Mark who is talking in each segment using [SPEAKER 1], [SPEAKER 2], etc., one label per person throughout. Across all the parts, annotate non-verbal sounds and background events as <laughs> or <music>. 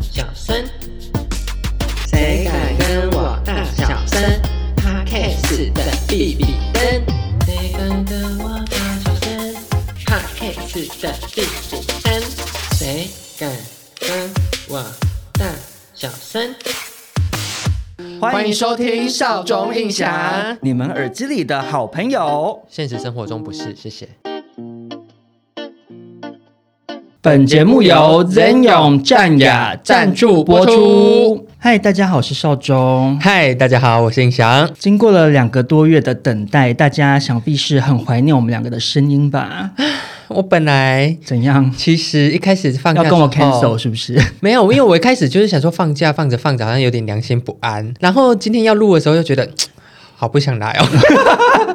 [SPEAKER 1] 小声？谁敢跟我大小声 p o d c 的比比登，谁敢跟我大小声 p o d c 的比比登，谁敢跟我大小声？
[SPEAKER 2] 欢迎收听《
[SPEAKER 1] 少中印象
[SPEAKER 2] 你们耳机里的好朋友》。
[SPEAKER 1] 现实生活中不是，谢谢。
[SPEAKER 2] 本节目由 Zen 勇战雅赞助播出。嗨，大家好，我是少中。
[SPEAKER 1] 嗨，大家好，我是印翔。
[SPEAKER 2] 经过了两个多月的等待，大家想必是很怀念我们两个的声音吧？
[SPEAKER 1] 我本来
[SPEAKER 2] 怎样？
[SPEAKER 1] 其实一开始放假
[SPEAKER 2] 要跟我
[SPEAKER 1] 之后
[SPEAKER 2] cancel 是不是？
[SPEAKER 1] 没有，因为我一开始就是想说放假放着放着好像有点良 <laughs> 心不安，然后今天要录的时候又觉得好不想来哦。 <laughs>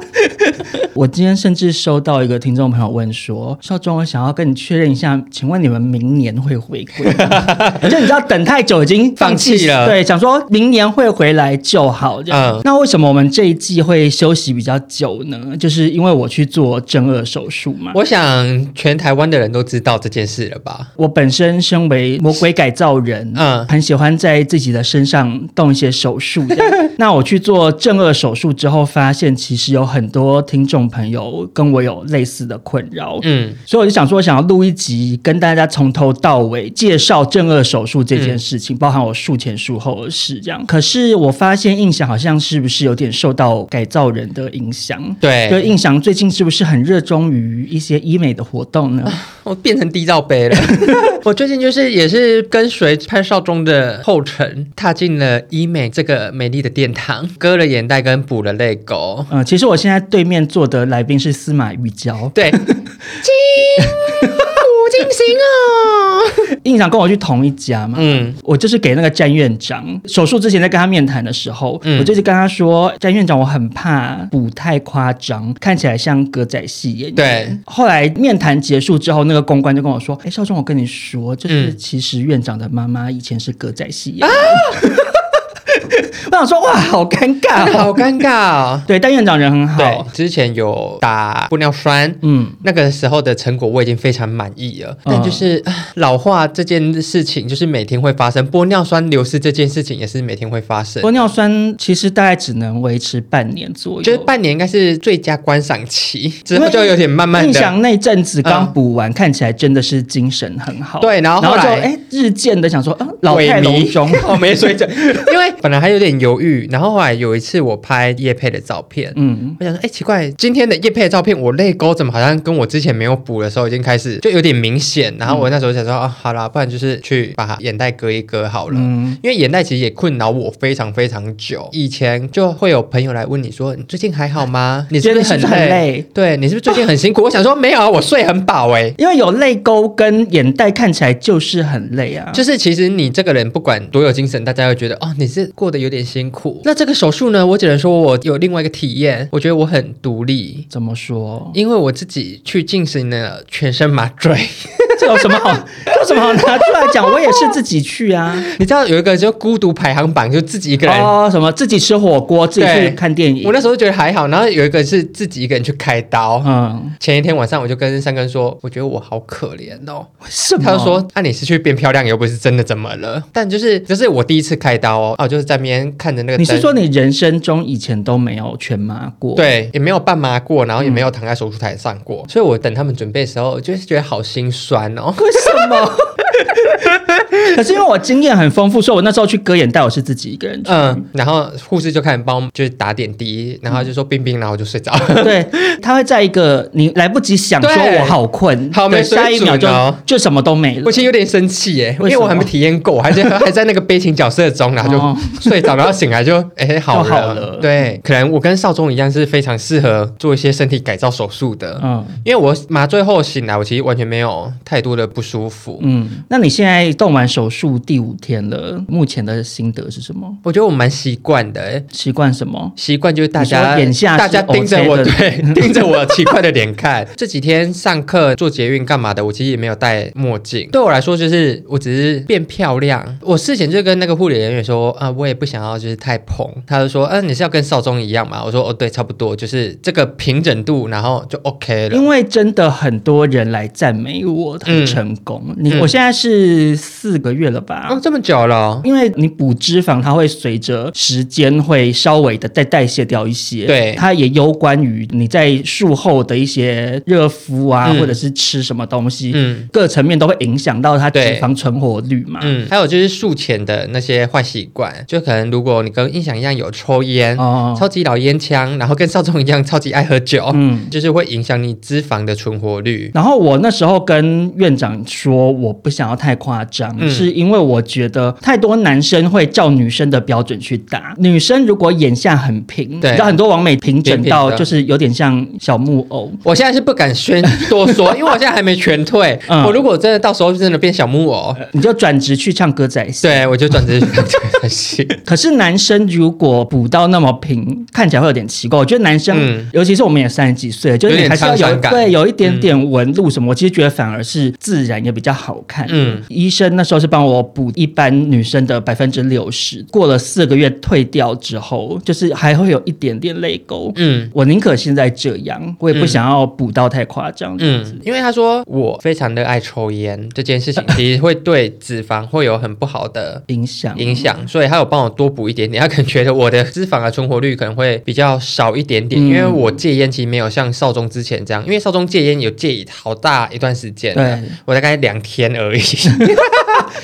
[SPEAKER 2] 我今天甚至收到一个听众朋友问说：“少中，我想要跟你确认一下，请问你们明年会回归吗？”
[SPEAKER 1] <laughs>
[SPEAKER 2] 就你知道等太久已经
[SPEAKER 1] 放弃了
[SPEAKER 2] 对，想说明年会回来就好这样。
[SPEAKER 1] 嗯
[SPEAKER 2] 那为什么我们这一季会休息比较久呢？就是因为我去做正颌手术嘛。
[SPEAKER 1] 我想全台湾的人都知道这件事了吧？
[SPEAKER 2] 我本身身为魔鬼改造人，
[SPEAKER 1] 嗯
[SPEAKER 2] 很喜欢在自己的身上动一些手术这
[SPEAKER 1] <laughs>
[SPEAKER 2] 样。那我去做正颌手术之后，发现其实有很多听众朋友跟我有类似的困扰，
[SPEAKER 1] 嗯，
[SPEAKER 2] 所以我就想说，想要录一集跟大家从头到尾介绍正颌手术这件事情，包含我术前术后的事这样。可是我发现印象好像是不是有点受到改造人的影响？就
[SPEAKER 1] 对，
[SPEAKER 2] 印象最近是不是很热衷于一些医美的活动呢？
[SPEAKER 1] 我变成低罩杯了。 <laughs> 我最近就是也是跟随潘少忠的后尘，踏进了医美这个美丽的殿堂，割了眼袋跟补了泪沟。
[SPEAKER 2] 嗯，其实我现在对面坐的来宾是司马玉娇，
[SPEAKER 1] <laughs> 对，金五金行哦。
[SPEAKER 2] 印象跟我去同一家嘛。
[SPEAKER 1] 嗯，
[SPEAKER 2] 我就是给那个詹院长手术之前在跟他面谈的时候，
[SPEAKER 1] 嗯
[SPEAKER 2] 我就是跟他说，詹院长，我很怕补太夸张，看起来像歌仔戏演员。
[SPEAKER 1] 对。
[SPEAKER 2] 后来面谈结束之后，那个公关就跟我说：“哎，少忠，我跟你说，就是
[SPEAKER 1] 嗯
[SPEAKER 2] 其实院长的妈妈以前是歌仔戏演员。 <laughs> 我想说，哇，好尴
[SPEAKER 1] 真
[SPEAKER 2] 尬、
[SPEAKER 1] 的啊 <laughs> 好
[SPEAKER 2] 哦。
[SPEAKER 1] 尴尬哦。
[SPEAKER 2] 对，但院长人很
[SPEAKER 1] 对
[SPEAKER 2] 好。，
[SPEAKER 1] 之前有打玻尿酸，
[SPEAKER 2] 嗯，
[SPEAKER 1] 那个时候的成果我已经非常满意了。但就是、唉老化这件事情，就是每天会发生，玻尿酸流失这件事情也是每天会发生
[SPEAKER 2] 玻。尿酸其实大概只能维持半年左右，
[SPEAKER 1] 就是半年应该是最佳观赏期，之后就有点慢慢
[SPEAKER 2] 印
[SPEAKER 1] 的。
[SPEAKER 2] 象那阵子刚补完，看起来真的是精神很好。
[SPEAKER 1] 对然后后
[SPEAKER 2] 然后就
[SPEAKER 1] 来
[SPEAKER 2] 哎，日渐的想说，啊，老态
[SPEAKER 1] 萎
[SPEAKER 2] 龙
[SPEAKER 1] 靡
[SPEAKER 2] 钟。
[SPEAKER 1] <laughs> 我没水准， <laughs> 因为本来还有点犹豫，然后后来有一次我拍叶佩的照片，
[SPEAKER 2] <laughs> 嗯，
[SPEAKER 1] 我想说，哎、奇怪，今天的叶配的照片，我泪沟怎么好像跟我之前没有补的时候已经开始就有点明显。然后我那时候想说，啊，好啦，不然就是去把眼袋割一割好了。
[SPEAKER 2] 嗯
[SPEAKER 1] 因为眼袋其实也困扰我非常非常久，以前就会有朋友来问你说你最近还好吗？你是不是
[SPEAKER 2] 嗯觉得
[SPEAKER 1] 很
[SPEAKER 2] 你是
[SPEAKER 1] 累？
[SPEAKER 2] 不是很累嗯
[SPEAKER 1] 对你是不是最近很辛苦？我想说没有啊，我睡很饱哎、
[SPEAKER 2] 因为有泪沟跟眼袋，看起来就是很累啊。
[SPEAKER 1] 就是其实你这个人不管多有精神，大家会觉得哦，你是过得有点辛苦。那这个手术呢，我只能说我有另外一个体验，我觉得我很独立，
[SPEAKER 2] 怎么说？
[SPEAKER 1] 因为我自己去进行了全身麻
[SPEAKER 2] <laughs>
[SPEAKER 1] 醉，
[SPEAKER 2] 这有什么好？ <laughs> 这有什么好拿出来讲？我也是自己去啊。
[SPEAKER 1] 你知道有一个叫孤独排行榜，就自己一个人。
[SPEAKER 2] 哦，什么自己吃火锅，自己去
[SPEAKER 1] 对
[SPEAKER 2] 看电影
[SPEAKER 1] 我。那时候觉得还好，然后有一个是自己一个人去开刀。
[SPEAKER 2] 嗯，
[SPEAKER 1] 前一天晚上我就跟三根说，我觉得我好可怜哦。
[SPEAKER 2] 什么？嗯
[SPEAKER 1] 他就说：“啊，你是去变漂亮，又不是真的怎么了？”但就是就是我第一次开刀哦，哦，就是在那边看着那个
[SPEAKER 2] 你
[SPEAKER 1] 灯。
[SPEAKER 2] 是说你人生中以前都没有全麻过？。
[SPEAKER 1] 对，也没有半麻过，然后也没
[SPEAKER 2] 嗯
[SPEAKER 1] 有躺在手术台上过，所以我等他们准备的时候，就是觉得好心酸哦。
[SPEAKER 2] 为什么？可是因为我经验很丰富，所以我那时候去割眼袋，我是自己一个人去。
[SPEAKER 1] 嗯，然后护士就开始帮我们就是打点滴，然后就说冰冰，然后我就睡着
[SPEAKER 2] <laughs>
[SPEAKER 1] <laughs> 了。
[SPEAKER 2] 对，他会在一个你来不及想说
[SPEAKER 1] 对
[SPEAKER 2] 我好困，
[SPEAKER 1] 好没
[SPEAKER 2] 对下一
[SPEAKER 1] 水准
[SPEAKER 2] 秒就
[SPEAKER 1] 哦
[SPEAKER 2] 就什么都没了
[SPEAKER 1] 我。其实有点生气耶，因
[SPEAKER 2] 为什
[SPEAKER 1] 为
[SPEAKER 2] 么
[SPEAKER 1] 我还没体验过，我还
[SPEAKER 2] <laughs>
[SPEAKER 1] 在还在那个悲情角色中，然后
[SPEAKER 2] 哦
[SPEAKER 1] 就睡着，然后醒
[SPEAKER 2] <laughs>
[SPEAKER 1] 来就哎、好
[SPEAKER 2] 就
[SPEAKER 1] 了
[SPEAKER 2] 好了
[SPEAKER 1] 对，可能我跟少宗一样是非常适合做一些身体改造手术的，
[SPEAKER 2] 嗯
[SPEAKER 1] 因为我麻醉后醒来，我其实完全没有太多的不舒服。
[SPEAKER 2] 嗯，那你现在动完手术第五天了，目前的心得是什么？
[SPEAKER 1] 我觉得我蛮习惯的、欸，
[SPEAKER 2] 习惯什么？
[SPEAKER 1] 习惯就是大
[SPEAKER 2] 你
[SPEAKER 1] 家
[SPEAKER 2] 说眼下是
[SPEAKER 1] 大家盯着
[SPEAKER 2] OK
[SPEAKER 1] 我，
[SPEAKER 2] 的
[SPEAKER 1] 对， <laughs> 盯着我奇怪的脸看。这几天上课、做捷运干嘛的，我其实也没有戴墨镜。对我来说，就是我只是变漂亮。我事前就跟那个护理人员说啊，我也不想要就是太蓬。他就说，嗯、你是要跟少宗一样嘛？我说，哦，对，差不多，就是这个平整度，然后就 OK 了。
[SPEAKER 2] 因为真的很多人来赞美我很成功。你、
[SPEAKER 1] 嗯
[SPEAKER 2] 我现在是四个月了吧？
[SPEAKER 1] 哦，这么久了哦、
[SPEAKER 2] 因为你补脂肪，它会随着时间会稍微的再代谢掉一些，
[SPEAKER 1] 对
[SPEAKER 2] 它也攸关于你在术后的一些热敷啊，
[SPEAKER 1] 嗯
[SPEAKER 2] 或者是吃什么东西，
[SPEAKER 1] 嗯
[SPEAKER 2] 各层面都会影响到它脂
[SPEAKER 1] 对
[SPEAKER 2] 肪存活率嘛。
[SPEAKER 1] 嗯，还有就是术前的那些坏习惯，就可能如果你跟印象一样有抽烟，
[SPEAKER 2] 哦
[SPEAKER 1] 超级老烟枪，然后跟少宗一样超级爱喝酒，
[SPEAKER 2] 嗯
[SPEAKER 1] 就是会影响你脂肪的存活率。
[SPEAKER 2] 然后我那时候跟院长说，我不想要太夸张，
[SPEAKER 1] 嗯
[SPEAKER 2] 是因为我觉得太多男生会照女生的标准去打。女生如果眼下很平，
[SPEAKER 1] 对
[SPEAKER 2] 然后很多网美平整
[SPEAKER 1] 平
[SPEAKER 2] 到
[SPEAKER 1] 平的
[SPEAKER 2] 就是有点像小木偶。
[SPEAKER 1] 我现在是不敢宣
[SPEAKER 2] <laughs>
[SPEAKER 1] 多说，因为我现在还没全退。
[SPEAKER 2] 嗯呃
[SPEAKER 1] 我如果真的到时候真的变小木偶，
[SPEAKER 2] 你就转职去唱歌仔戏。
[SPEAKER 1] 对我就转职
[SPEAKER 2] <laughs>
[SPEAKER 1] 才行。
[SPEAKER 2] 可是男生如果补到那么平，看起来会有点奇怪。我觉得男生，
[SPEAKER 1] 嗯
[SPEAKER 2] 尤其是我们也三十几岁，就是
[SPEAKER 1] 有
[SPEAKER 2] 你
[SPEAKER 1] 点
[SPEAKER 2] 还是要有
[SPEAKER 1] 沧桑感嗯
[SPEAKER 2] 对有一点点纹路什么。我其实觉得反而是自然也比较好看。
[SPEAKER 1] 嗯
[SPEAKER 2] 嗯，医生那时候是帮我补一般女生的百分之六十，过了四个月退掉之后，就是还会有一点点泪沟。
[SPEAKER 1] 嗯
[SPEAKER 2] 我宁可现在这样，我也不想要补到太夸张。嗯，
[SPEAKER 1] 嗯，因为他说我非常热爱抽烟这件
[SPEAKER 2] <laughs>
[SPEAKER 1] 事情，其实会对脂肪会有很不好的
[SPEAKER 2] 影响
[SPEAKER 1] 影响，所以他有帮我多补一点点。他可能觉得我的脂肪的存活率可能会比较少一点点，
[SPEAKER 2] 嗯
[SPEAKER 1] 因为我戒烟其实没有像少中之前这样，因为少中戒烟有戒好大一段时间了
[SPEAKER 2] 对，
[SPEAKER 1] 我大概两天而已。 <laughs>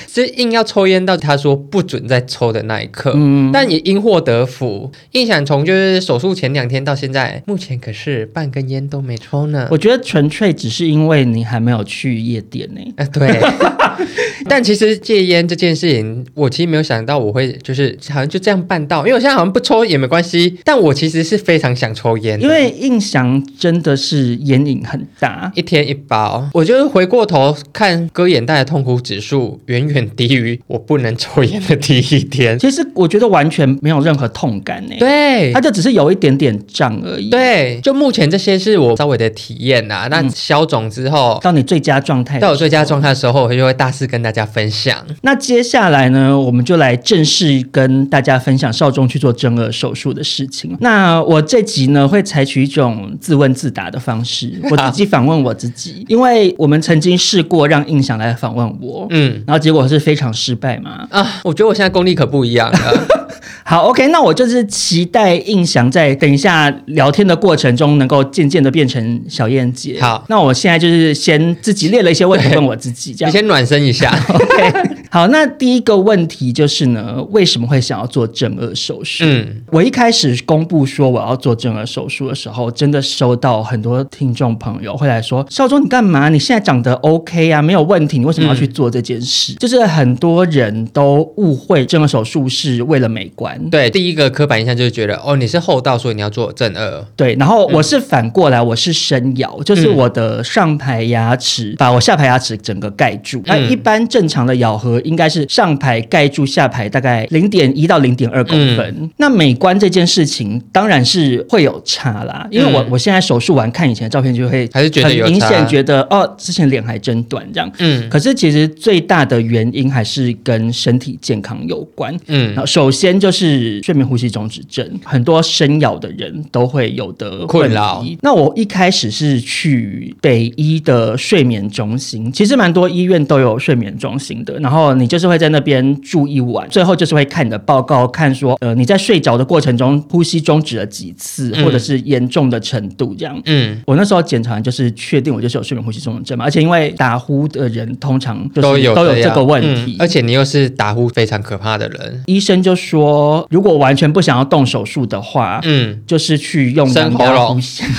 [SPEAKER 1] 是硬要抽烟到他说不准再抽的那一刻，
[SPEAKER 2] 嗯
[SPEAKER 1] 但也因祸得福。印象从就是手术前两天到现在，目前可是半根烟都没抽呢。
[SPEAKER 2] 我觉得纯粹只是因为你还没有去夜店呢、
[SPEAKER 1] 啊，对。 <laughs> 但其实戒烟这件事情，我其实没有想到我会就是好像就这样办到，因为我现在好像不抽也没关系，但我其实是非常想抽烟的，
[SPEAKER 2] 因为印象真的是眼影很大。
[SPEAKER 1] 一天一包，我就是回过头看割眼袋的痛苦指数远远低于我不能抽烟的第一
[SPEAKER 2] <laughs>
[SPEAKER 1] 天。
[SPEAKER 2] 其实我觉得完全没有任何痛感呢、
[SPEAKER 1] 对
[SPEAKER 2] 它，就只是有一点点胀而已。，
[SPEAKER 1] 对，就目前这些是我稍微的体验呐、
[SPEAKER 2] 嗯
[SPEAKER 1] 那消肿之后，
[SPEAKER 2] 到你最佳状态。
[SPEAKER 1] 到我最佳状态的时候，我就会大肆跟大家分享。
[SPEAKER 2] 那接下来呢，我们就来正式跟大家分享少中去做正颌手术的事情。那我这集呢，会采取一种自问自答的方
[SPEAKER 1] <laughs>
[SPEAKER 2] 式，我自己访问我自己，因为我们曾经试过让印象来访问我，
[SPEAKER 1] 嗯
[SPEAKER 2] 然后结果是非常失败嘛。
[SPEAKER 1] 啊，我觉得我现在功力可不一样了。
[SPEAKER 2] 好，OK，那我就是期待印翔在等一下聊天的过程中，能够渐渐的变成小燕姐。
[SPEAKER 1] 好
[SPEAKER 2] 那我现在就是先自己列了一些问题
[SPEAKER 1] 对
[SPEAKER 2] 问我自己， <laughs> 这
[SPEAKER 1] <laughs> 你
[SPEAKER 2] 样。
[SPEAKER 1] 先暖身
[SPEAKER 2] <laughs>
[SPEAKER 1] 一下。
[SPEAKER 2] OK，好，那第一个问题就是呢，为什么会想要做正颌手术？
[SPEAKER 1] 嗯，
[SPEAKER 2] 我一开始公布说我要做正颌手术的时候，真的收到很多听众朋友会来说：“少中，你干嘛？你现在长得 OK 啊，没有问题，你为什么要去
[SPEAKER 1] 嗯
[SPEAKER 2] 做这件事？”就是很多人都误会正颌手术是为了美观。
[SPEAKER 1] 对，第一个刻板印象就是觉得，哦，你是厚道，所以你要做正二。
[SPEAKER 2] 对，然后我是反过来，我是深咬，
[SPEAKER 1] 嗯
[SPEAKER 2] 就是我的上排牙齿把我下排牙齿整个盖住。那、
[SPEAKER 1] 嗯
[SPEAKER 2] 一般正常的咬合应该是上排盖住下排大概零点一到零点二公
[SPEAKER 1] 嗯
[SPEAKER 2] 分。那美观这件事情当然是会有差啦，因为我、
[SPEAKER 1] 嗯
[SPEAKER 2] 我现在手术完看以前的照片就会
[SPEAKER 1] 还是觉得
[SPEAKER 2] 很
[SPEAKER 1] 有
[SPEAKER 2] 明
[SPEAKER 1] 差
[SPEAKER 2] 显觉得哦，之前脸还真短这样。
[SPEAKER 1] 嗯
[SPEAKER 2] 可是其实最大的原因还是跟身体健康有关。
[SPEAKER 1] 嗯，
[SPEAKER 2] 那首先就是睡眠呼吸中止症，很多深咬的人都会有的
[SPEAKER 1] 困
[SPEAKER 2] 问题
[SPEAKER 1] 扰。
[SPEAKER 2] 那我一开始是去北医的睡眠中心，其实蛮多医院都有睡眠中心的。然后你就是会在那边住一晚，最后就是会看你的报告，看说呃你在睡着的过程中呼吸终止了几次，
[SPEAKER 1] 嗯
[SPEAKER 2] 或者是严重的程度这样。
[SPEAKER 1] 嗯，
[SPEAKER 2] 我那时候检查就是确定我就是有睡眠呼吸综合症嘛，而且因为打呼的人通常就是
[SPEAKER 1] 都有
[SPEAKER 2] 都有这
[SPEAKER 1] 样
[SPEAKER 2] 个问
[SPEAKER 1] 嗯
[SPEAKER 2] 题，
[SPEAKER 1] 而且你又是打呼非常可怕的人。
[SPEAKER 2] 医生就说，如果完全不想要动手术的话，
[SPEAKER 1] 嗯，
[SPEAKER 2] 就是去用
[SPEAKER 1] 生
[SPEAKER 2] 狼
[SPEAKER 1] 喉
[SPEAKER 2] 牙
[SPEAKER 1] 咙
[SPEAKER 2] 呼吸。
[SPEAKER 1] <laughs>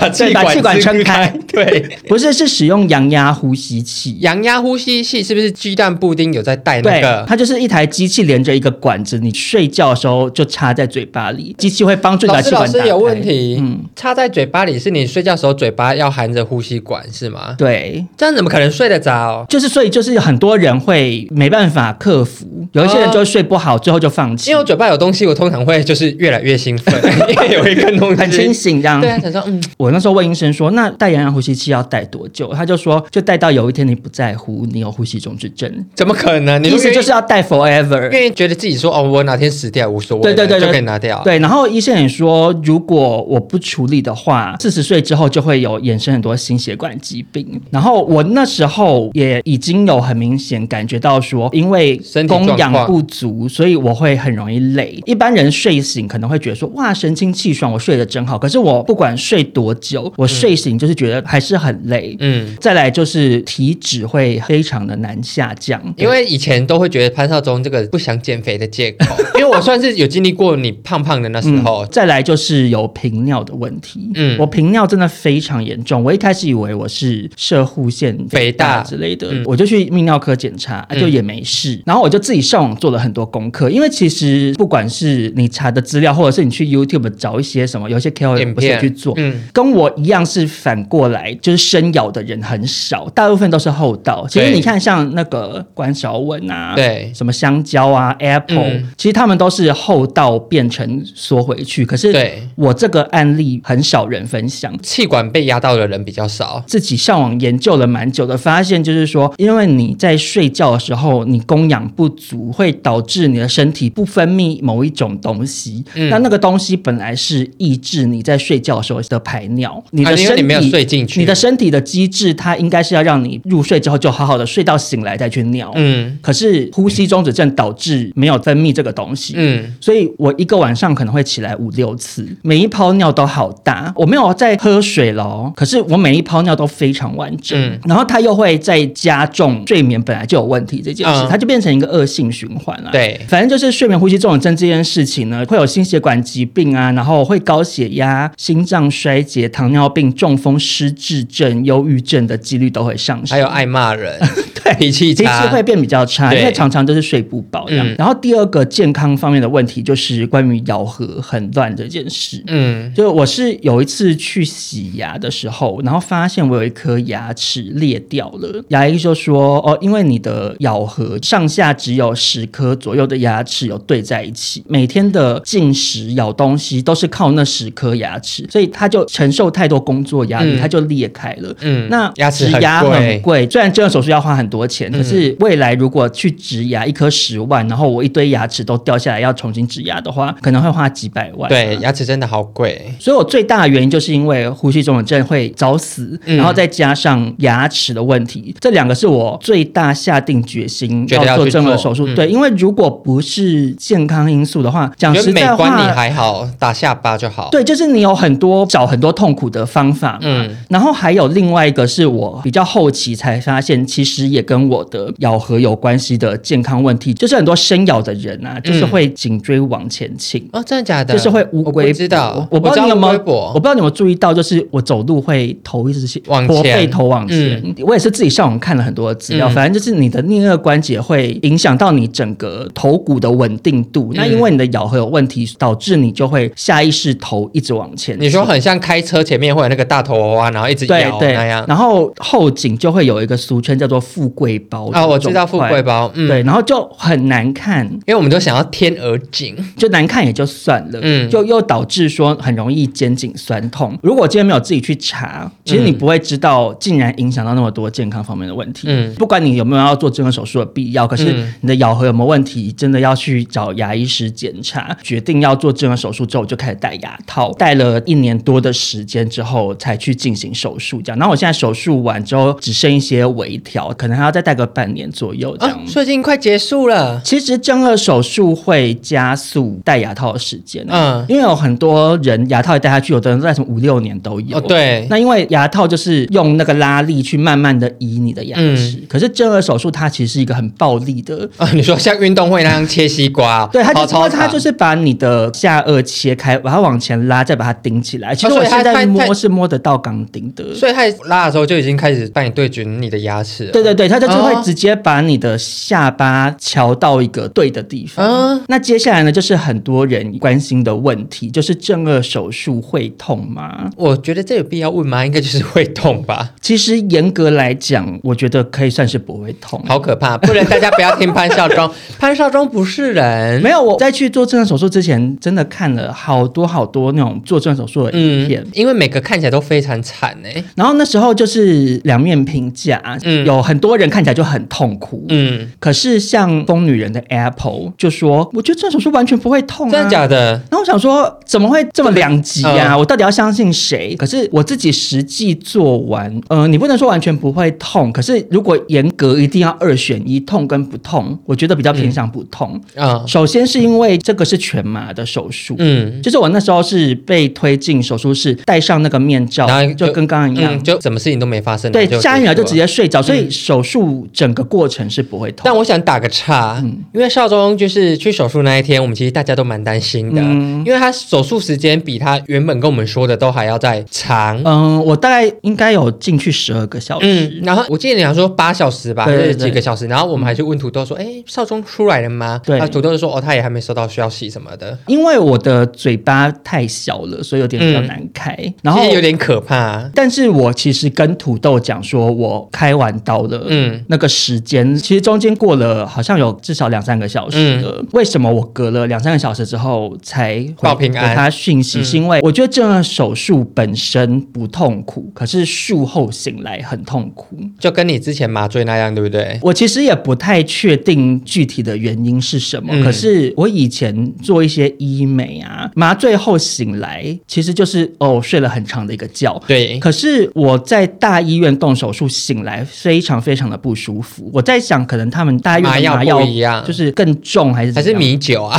[SPEAKER 1] 把气
[SPEAKER 2] 把 <laughs> 气管
[SPEAKER 1] 支
[SPEAKER 2] 撑
[SPEAKER 1] 开
[SPEAKER 2] 开。
[SPEAKER 1] 对，
[SPEAKER 2] 不是是使用羊压呼吸器。
[SPEAKER 1] 羊压呼吸器是不是鸡蛋布丁有在带哎那
[SPEAKER 2] 对，
[SPEAKER 1] 个？
[SPEAKER 2] 它就是一台机器连着一个管子，你睡觉的时候就插在嘴巴里，机器会帮助你
[SPEAKER 1] 老
[SPEAKER 2] 把
[SPEAKER 1] 师，
[SPEAKER 2] 气
[SPEAKER 1] 老
[SPEAKER 2] 管打
[SPEAKER 1] 师
[SPEAKER 2] 开。
[SPEAKER 1] 有问题。
[SPEAKER 2] 嗯
[SPEAKER 1] 插在嘴巴里是你睡觉时候嘴巴要含着呼吸管是吗？
[SPEAKER 2] 对，
[SPEAKER 1] 这样怎么可能睡得着？
[SPEAKER 2] 就是所以就是很多人会没办法克服，有一些人就睡不好，最后就放弃
[SPEAKER 1] 哦因为，我嘴巴有东西，我通常会就是越来越兴奋，
[SPEAKER 2] <laughs>
[SPEAKER 1] 因为有一根东西。
[SPEAKER 2] 很清醒这样。
[SPEAKER 1] 对啊，想说嗯，
[SPEAKER 2] 我那时候问医生说，那戴羊压呼吸器要戴多久？他就说，就戴到有一天你不在乎你有呼吸中止症，
[SPEAKER 1] 怎么可能？你
[SPEAKER 2] 意思
[SPEAKER 1] 愿意
[SPEAKER 2] 就是要戴 forever。
[SPEAKER 1] 愿意觉得自己说哦，我哪天死掉无所谓，
[SPEAKER 2] 对对对对
[SPEAKER 1] 就可以拿掉。啊
[SPEAKER 2] 对，然后医生也说，如果我不处理的话，四十岁之后就会有衍生很多心血管疾病。然后我那时候也已经有很明显感觉到说，因为
[SPEAKER 1] 身体状
[SPEAKER 2] 供
[SPEAKER 1] 况
[SPEAKER 2] 氧不足，所以我会很容易累。一般人睡醒可能会觉得说，哇，神清气爽，我睡得真好。可是我不管睡多久，我睡醒就是觉得还是很累。
[SPEAKER 1] 嗯，
[SPEAKER 2] 再来就是体脂会非常的难下降，
[SPEAKER 1] 因为以前都会觉得潘少忠这个不想减肥的
[SPEAKER 2] <laughs>
[SPEAKER 1] 借口，因为我算是有经历过你胖胖的那时候
[SPEAKER 2] 嗯，，再来就是有频尿的问题。
[SPEAKER 1] 嗯
[SPEAKER 2] 嗯，我频尿真的非常严重，我一开始以为我是射护腺
[SPEAKER 1] 肥
[SPEAKER 2] 肥
[SPEAKER 1] 大
[SPEAKER 2] 大之类的，
[SPEAKER 1] 嗯
[SPEAKER 2] 我就去泌尿科检查，啊
[SPEAKER 1] 嗯
[SPEAKER 2] 就也没事。然后我就自己上网做了很多功课，因为其实不管是你查的资料，或者是你去 YouTube 找一些什么，有一些 KOL
[SPEAKER 1] 影
[SPEAKER 2] 不是
[SPEAKER 1] 片
[SPEAKER 2] 有去做。
[SPEAKER 1] 嗯，
[SPEAKER 2] 跟我一样是反过来，就是深咬的人很少，大部分都是厚道。其实
[SPEAKER 1] 对
[SPEAKER 2] 你看，像那个关晓雯啊，
[SPEAKER 1] 对
[SPEAKER 2] 什么香蕉啊、Apple，、
[SPEAKER 1] 嗯
[SPEAKER 2] 其实他们都是厚道变成缩回去。可是
[SPEAKER 1] 对
[SPEAKER 2] 我这个案例很少人分享。
[SPEAKER 1] 气管被压到的人比较少。
[SPEAKER 2] 自己上网研究了蛮久的，发现就是说，因为你在睡觉的时候，你供氧不足，会导致你的身体不分泌某一种东西。
[SPEAKER 1] 嗯
[SPEAKER 2] 那那个东西本来是抑制你在睡觉的时候的排尿，你
[SPEAKER 1] 啊
[SPEAKER 2] 的
[SPEAKER 1] 因为
[SPEAKER 2] 身体、
[SPEAKER 1] 你没有睡进去
[SPEAKER 2] 你的身体的机制它应该是要让你入睡之后就好好的睡到醒来再去尿。
[SPEAKER 1] 嗯
[SPEAKER 2] 可是呼吸中止症导致没有分泌这个东西，
[SPEAKER 1] 嗯，
[SPEAKER 2] 所以我一个晚上可能会起来五六次，每一泡尿都好大。我没有在喝水了哦，可是我每一泡尿都非常完整。
[SPEAKER 1] 嗯
[SPEAKER 2] 然后它又会再加重睡眠本来就有问题这件事，
[SPEAKER 1] 嗯
[SPEAKER 2] 它就变成一个恶性循环了、
[SPEAKER 1] 对
[SPEAKER 2] 反正就是睡眠呼吸综合症这件事情呢，会有心血管疾病啊，然后会高血压、心脏衰竭、糖尿病、中风、失智症、忧郁症的几率都会上升。
[SPEAKER 1] 还有爱骂人，
[SPEAKER 2] <laughs>
[SPEAKER 1] 对，脾气
[SPEAKER 2] 其实
[SPEAKER 1] 差，
[SPEAKER 2] 会变比较差，
[SPEAKER 1] 啊对
[SPEAKER 2] 因为常常就是睡不饱这样。
[SPEAKER 1] 嗯
[SPEAKER 2] 然后第二个健康方面的问题就是关于咬合很乱这件事。
[SPEAKER 1] 嗯
[SPEAKER 2] 就我是有一次去洗牙的时候，然后发现我有一颗牙齿裂掉了，牙医就说哦，因为你的咬合上下只有十颗左右的牙齿有对在一起，每天的进食咬东西都是靠那十颗牙齿，所以它就承受太多工作压力，
[SPEAKER 1] 嗯
[SPEAKER 2] 它就裂开了。
[SPEAKER 1] 嗯，
[SPEAKER 2] 那
[SPEAKER 1] 牙齿
[SPEAKER 2] 植
[SPEAKER 1] 很
[SPEAKER 2] 牙很
[SPEAKER 1] 贵，
[SPEAKER 2] 贵，虽然这个手术要花很多钱，
[SPEAKER 1] 嗯
[SPEAKER 2] 可是未来如果去植牙一颗十万，然后我一堆牙齿都掉下来要重新植牙的话，可能会花几百万、
[SPEAKER 1] 对，。牙齿真的好贵，
[SPEAKER 2] 所以我最大的原因就是因为呼吸综合症会早死，
[SPEAKER 1] 嗯
[SPEAKER 2] 然后再加上牙齿的问题，这两个是我最大下定决心
[SPEAKER 1] 觉得要
[SPEAKER 2] 做
[SPEAKER 1] 去
[SPEAKER 2] 正颌
[SPEAKER 1] 做
[SPEAKER 2] 手术。
[SPEAKER 1] 嗯
[SPEAKER 2] 对，因为如果不是健康因素的话，讲
[SPEAKER 1] 觉得
[SPEAKER 2] 实
[SPEAKER 1] 美
[SPEAKER 2] 在
[SPEAKER 1] 观你
[SPEAKER 2] 话，
[SPEAKER 1] 还好，打下巴就好。
[SPEAKER 2] 对，就是你有很多找很多痛苦的方法嘛。
[SPEAKER 1] 嗯
[SPEAKER 2] 然后还有另外一个是我比较后期才发现，其实也跟我的咬合有关系的健康问题，就是很多深咬的人啊，
[SPEAKER 1] 嗯
[SPEAKER 2] 就是会颈椎往前倾。
[SPEAKER 1] 哦，真的假的？
[SPEAKER 2] 就是会乌
[SPEAKER 1] 我
[SPEAKER 2] 龟脖，
[SPEAKER 1] 不知道，
[SPEAKER 2] 我不知
[SPEAKER 1] 知
[SPEAKER 2] 道
[SPEAKER 1] 道
[SPEAKER 2] 你有没有
[SPEAKER 1] 乌龟，脖
[SPEAKER 2] 我不知道你有没有注意到，就是我走路会头一直是
[SPEAKER 1] 往
[SPEAKER 2] 驼
[SPEAKER 1] 前
[SPEAKER 2] 背头往前。我也是自己上网看了很多资料，
[SPEAKER 1] 嗯
[SPEAKER 2] 反正就是你的颞颌关节会影响到你整个头骨的稳定度。那因
[SPEAKER 1] 嗯
[SPEAKER 2] 为你的咬合有问题，导致你就会下意识头一直往前。
[SPEAKER 1] 你说。很像开车前面会有那个大头娃娃，然后一直
[SPEAKER 2] 对
[SPEAKER 1] 摇
[SPEAKER 2] 对，
[SPEAKER 1] 那样。
[SPEAKER 2] 然后后颈就会有一个俗称叫做富贵包
[SPEAKER 1] 啊，我知道富贵
[SPEAKER 2] 包，
[SPEAKER 1] 包，嗯，
[SPEAKER 2] 对，然后就很难看，
[SPEAKER 1] 因为我们都想要天鹅颈，
[SPEAKER 2] 就难看也就算了，
[SPEAKER 1] 嗯
[SPEAKER 2] 就又导致说很容易肩颈酸痛。如果今天没有自己去查，其实你不会知道，竟然影响到那么多健康方面的问题。
[SPEAKER 1] 嗯
[SPEAKER 2] 不管你有没有要做这个手术的必要，可是
[SPEAKER 1] 嗯
[SPEAKER 2] 你的咬合有没有问题，真的要去找牙医师检查。决定要做这个手术之后，我就开始戴牙套，戴了一年多的时间之后才去进行手术。这样，然后我现在手术完之后，只剩一些微调，可能还还要再戴个半年左右这样。
[SPEAKER 1] 啊，所以已经快结束了。
[SPEAKER 2] 其实正颌手术会加速戴牙套的时间，
[SPEAKER 1] 嗯
[SPEAKER 2] 嗯，因为有很多人牙套一戴下去，有的人戴什么五六年都有。
[SPEAKER 1] 哦，对，
[SPEAKER 2] 那因为牙套就是用那个拉力去慢慢的移你的牙齿，
[SPEAKER 1] 嗯
[SPEAKER 2] 可是正颌手术它其实是一个很暴力的，
[SPEAKER 1] 啊，你说像运动会那样切西瓜哦，
[SPEAKER 2] <laughs> 对，它
[SPEAKER 1] 跑
[SPEAKER 2] 就
[SPEAKER 1] 操
[SPEAKER 2] 是它
[SPEAKER 1] 场
[SPEAKER 2] 就是把你的下颚切开，把它往前拉，再把它顶起来。其实
[SPEAKER 1] 啊所以
[SPEAKER 2] 我
[SPEAKER 1] 它
[SPEAKER 2] 现
[SPEAKER 1] 它
[SPEAKER 2] 在
[SPEAKER 1] 它
[SPEAKER 2] 摸是摸得到钢钉的，
[SPEAKER 1] 所以他拉的时候就已经开始帮你对准你的牙齿了。
[SPEAKER 2] 对对对，它就是
[SPEAKER 1] 哦
[SPEAKER 2] 会直接把你的下巴翘到一个对的地方。
[SPEAKER 1] 嗯
[SPEAKER 2] 那接下来呢，就是很多人关心的问题，就是正颌手术会痛吗？
[SPEAKER 1] 我觉得这有必要问吗？应该就是会
[SPEAKER 2] <laughs>
[SPEAKER 1] 痛吧，
[SPEAKER 2] 其实严格来讲，我觉得可以算是不会痛。
[SPEAKER 1] 好可怕！不然大家不要听潘少
[SPEAKER 2] <laughs>
[SPEAKER 1] 忠，潘少忠不是人，
[SPEAKER 2] 没有，我在去做正颌手术之前，真的看了好多好多那种做正颌手术的影片。
[SPEAKER 1] 嗯因为每个看起来都非常惨哎、
[SPEAKER 2] 然后那时候就是两面评价，
[SPEAKER 1] 嗯
[SPEAKER 2] 有很多人看起来就很痛苦，
[SPEAKER 1] 嗯，
[SPEAKER 2] 可是像疯女人的 Apple 就说，我觉得这手术完全不会痛、啊，
[SPEAKER 1] 真的假的？
[SPEAKER 2] 然后我想说，怎么会这么两极呀、
[SPEAKER 1] 嗯
[SPEAKER 2] 我到底要相信谁？可是我自己实际做完，呃，你不能说完全不会痛，可是如果严格一定要二选一，痛跟不痛，我觉得比较
[SPEAKER 1] 嗯
[SPEAKER 2] 偏向不痛。
[SPEAKER 1] 啊，
[SPEAKER 2] 首先是因为这个是全麻的手术，
[SPEAKER 1] 嗯，
[SPEAKER 2] 就是我那时候是被推进手术室，戴上那个面罩
[SPEAKER 1] 然后，
[SPEAKER 2] 就跟刚刚一样，
[SPEAKER 1] 嗯，就什么事情都没发生，
[SPEAKER 2] 对
[SPEAKER 1] 然后，
[SPEAKER 2] 下一秒就
[SPEAKER 1] 结束
[SPEAKER 2] 直
[SPEAKER 1] 了。嗯
[SPEAKER 2] 接睡着，所以手术整个过程是不会痛。
[SPEAKER 1] 但我想打个岔，
[SPEAKER 2] 嗯
[SPEAKER 1] 因为少忠就是去手术那一天，我们其实大家都蛮担心的，
[SPEAKER 2] 嗯
[SPEAKER 1] 因为他手术时间比他原本跟我们说的都还要再长。
[SPEAKER 2] 嗯，我大概应该有进去十二个小时。
[SPEAKER 1] 嗯，然后我记得你好像说八小时吧，还
[SPEAKER 2] 对对
[SPEAKER 1] 是几
[SPEAKER 2] 对嗯
[SPEAKER 1] 个小时？然后我们还去问土豆说：“哎，少忠出来了吗？”
[SPEAKER 2] 对
[SPEAKER 1] 啊，土豆就说：“哦，他也还没收到消息什么的。
[SPEAKER 2] 因为我的嘴巴太小了，所以有点比较难开。”然后
[SPEAKER 1] 嗯其实有点可怕。
[SPEAKER 2] 但是我其实跟土豆讲说，我开完刀了，
[SPEAKER 1] 嗯
[SPEAKER 2] 嗯，那个时间其实中间过了好像有至少两三个小时
[SPEAKER 1] 嗯
[SPEAKER 2] 了。为什么我隔了两三个小时之后才回
[SPEAKER 1] 报平安
[SPEAKER 2] 给他讯息？
[SPEAKER 1] 嗯
[SPEAKER 2] 是因为我觉得这个手术本身不痛苦，可是术后醒来很痛苦。
[SPEAKER 1] 就跟你之前麻醉那样，对不对？
[SPEAKER 2] 我其实也不太确定具体的原因是什么，
[SPEAKER 1] 嗯
[SPEAKER 2] 可是我以前做一些医美啊，麻醉后醒来，其实就是哦睡了很长的一个觉。
[SPEAKER 1] 对，
[SPEAKER 2] 可是我在大医院动手术醒来，非常非常的不舒服。我在想，可能他们大医院
[SPEAKER 1] 麻
[SPEAKER 2] 的
[SPEAKER 1] 药
[SPEAKER 2] 麻药
[SPEAKER 1] 不一样
[SPEAKER 2] 就是更重还是
[SPEAKER 1] 还
[SPEAKER 2] 怎
[SPEAKER 1] 是
[SPEAKER 2] 样
[SPEAKER 1] 米酒啊？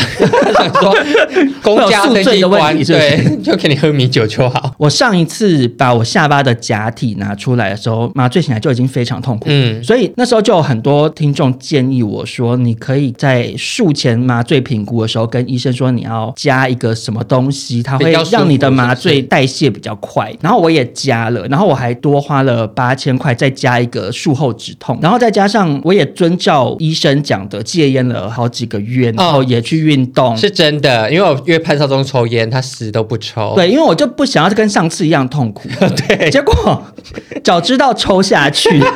[SPEAKER 1] 想说公家
[SPEAKER 2] 会有宿
[SPEAKER 1] 登
[SPEAKER 2] 醉
[SPEAKER 1] 记
[SPEAKER 2] 的问
[SPEAKER 1] 官，
[SPEAKER 2] 题是不是
[SPEAKER 1] 对，就给你喝米酒就好。
[SPEAKER 2] 哦我上一次把我下巴的假体拿出来的时候，麻醉醒来就已经非常痛苦了
[SPEAKER 1] 嗯
[SPEAKER 2] 所以那时候就有很多听众建议我说，你可以在术前麻醉评估的时候跟医生说你要加一个什么东西，它
[SPEAKER 1] 比
[SPEAKER 2] 会
[SPEAKER 1] 较舒服
[SPEAKER 2] 让你的麻
[SPEAKER 1] 是
[SPEAKER 2] 醉
[SPEAKER 1] 不
[SPEAKER 2] 代谢比较快。然后我也加了，然后我还多花了八千块，再加一个术后止痛，然后再加上我也遵照医生讲的戒烟了好几个
[SPEAKER 1] 哦
[SPEAKER 2] 月，然后也去运动。
[SPEAKER 1] 是真的，因为我约潘少忠抽烟，他死都不抽。
[SPEAKER 2] 对，因为我就不想要跟上次一样痛苦。
[SPEAKER 1] 哦 <laughs> 对
[SPEAKER 2] 结果早知道抽下去， <laughs>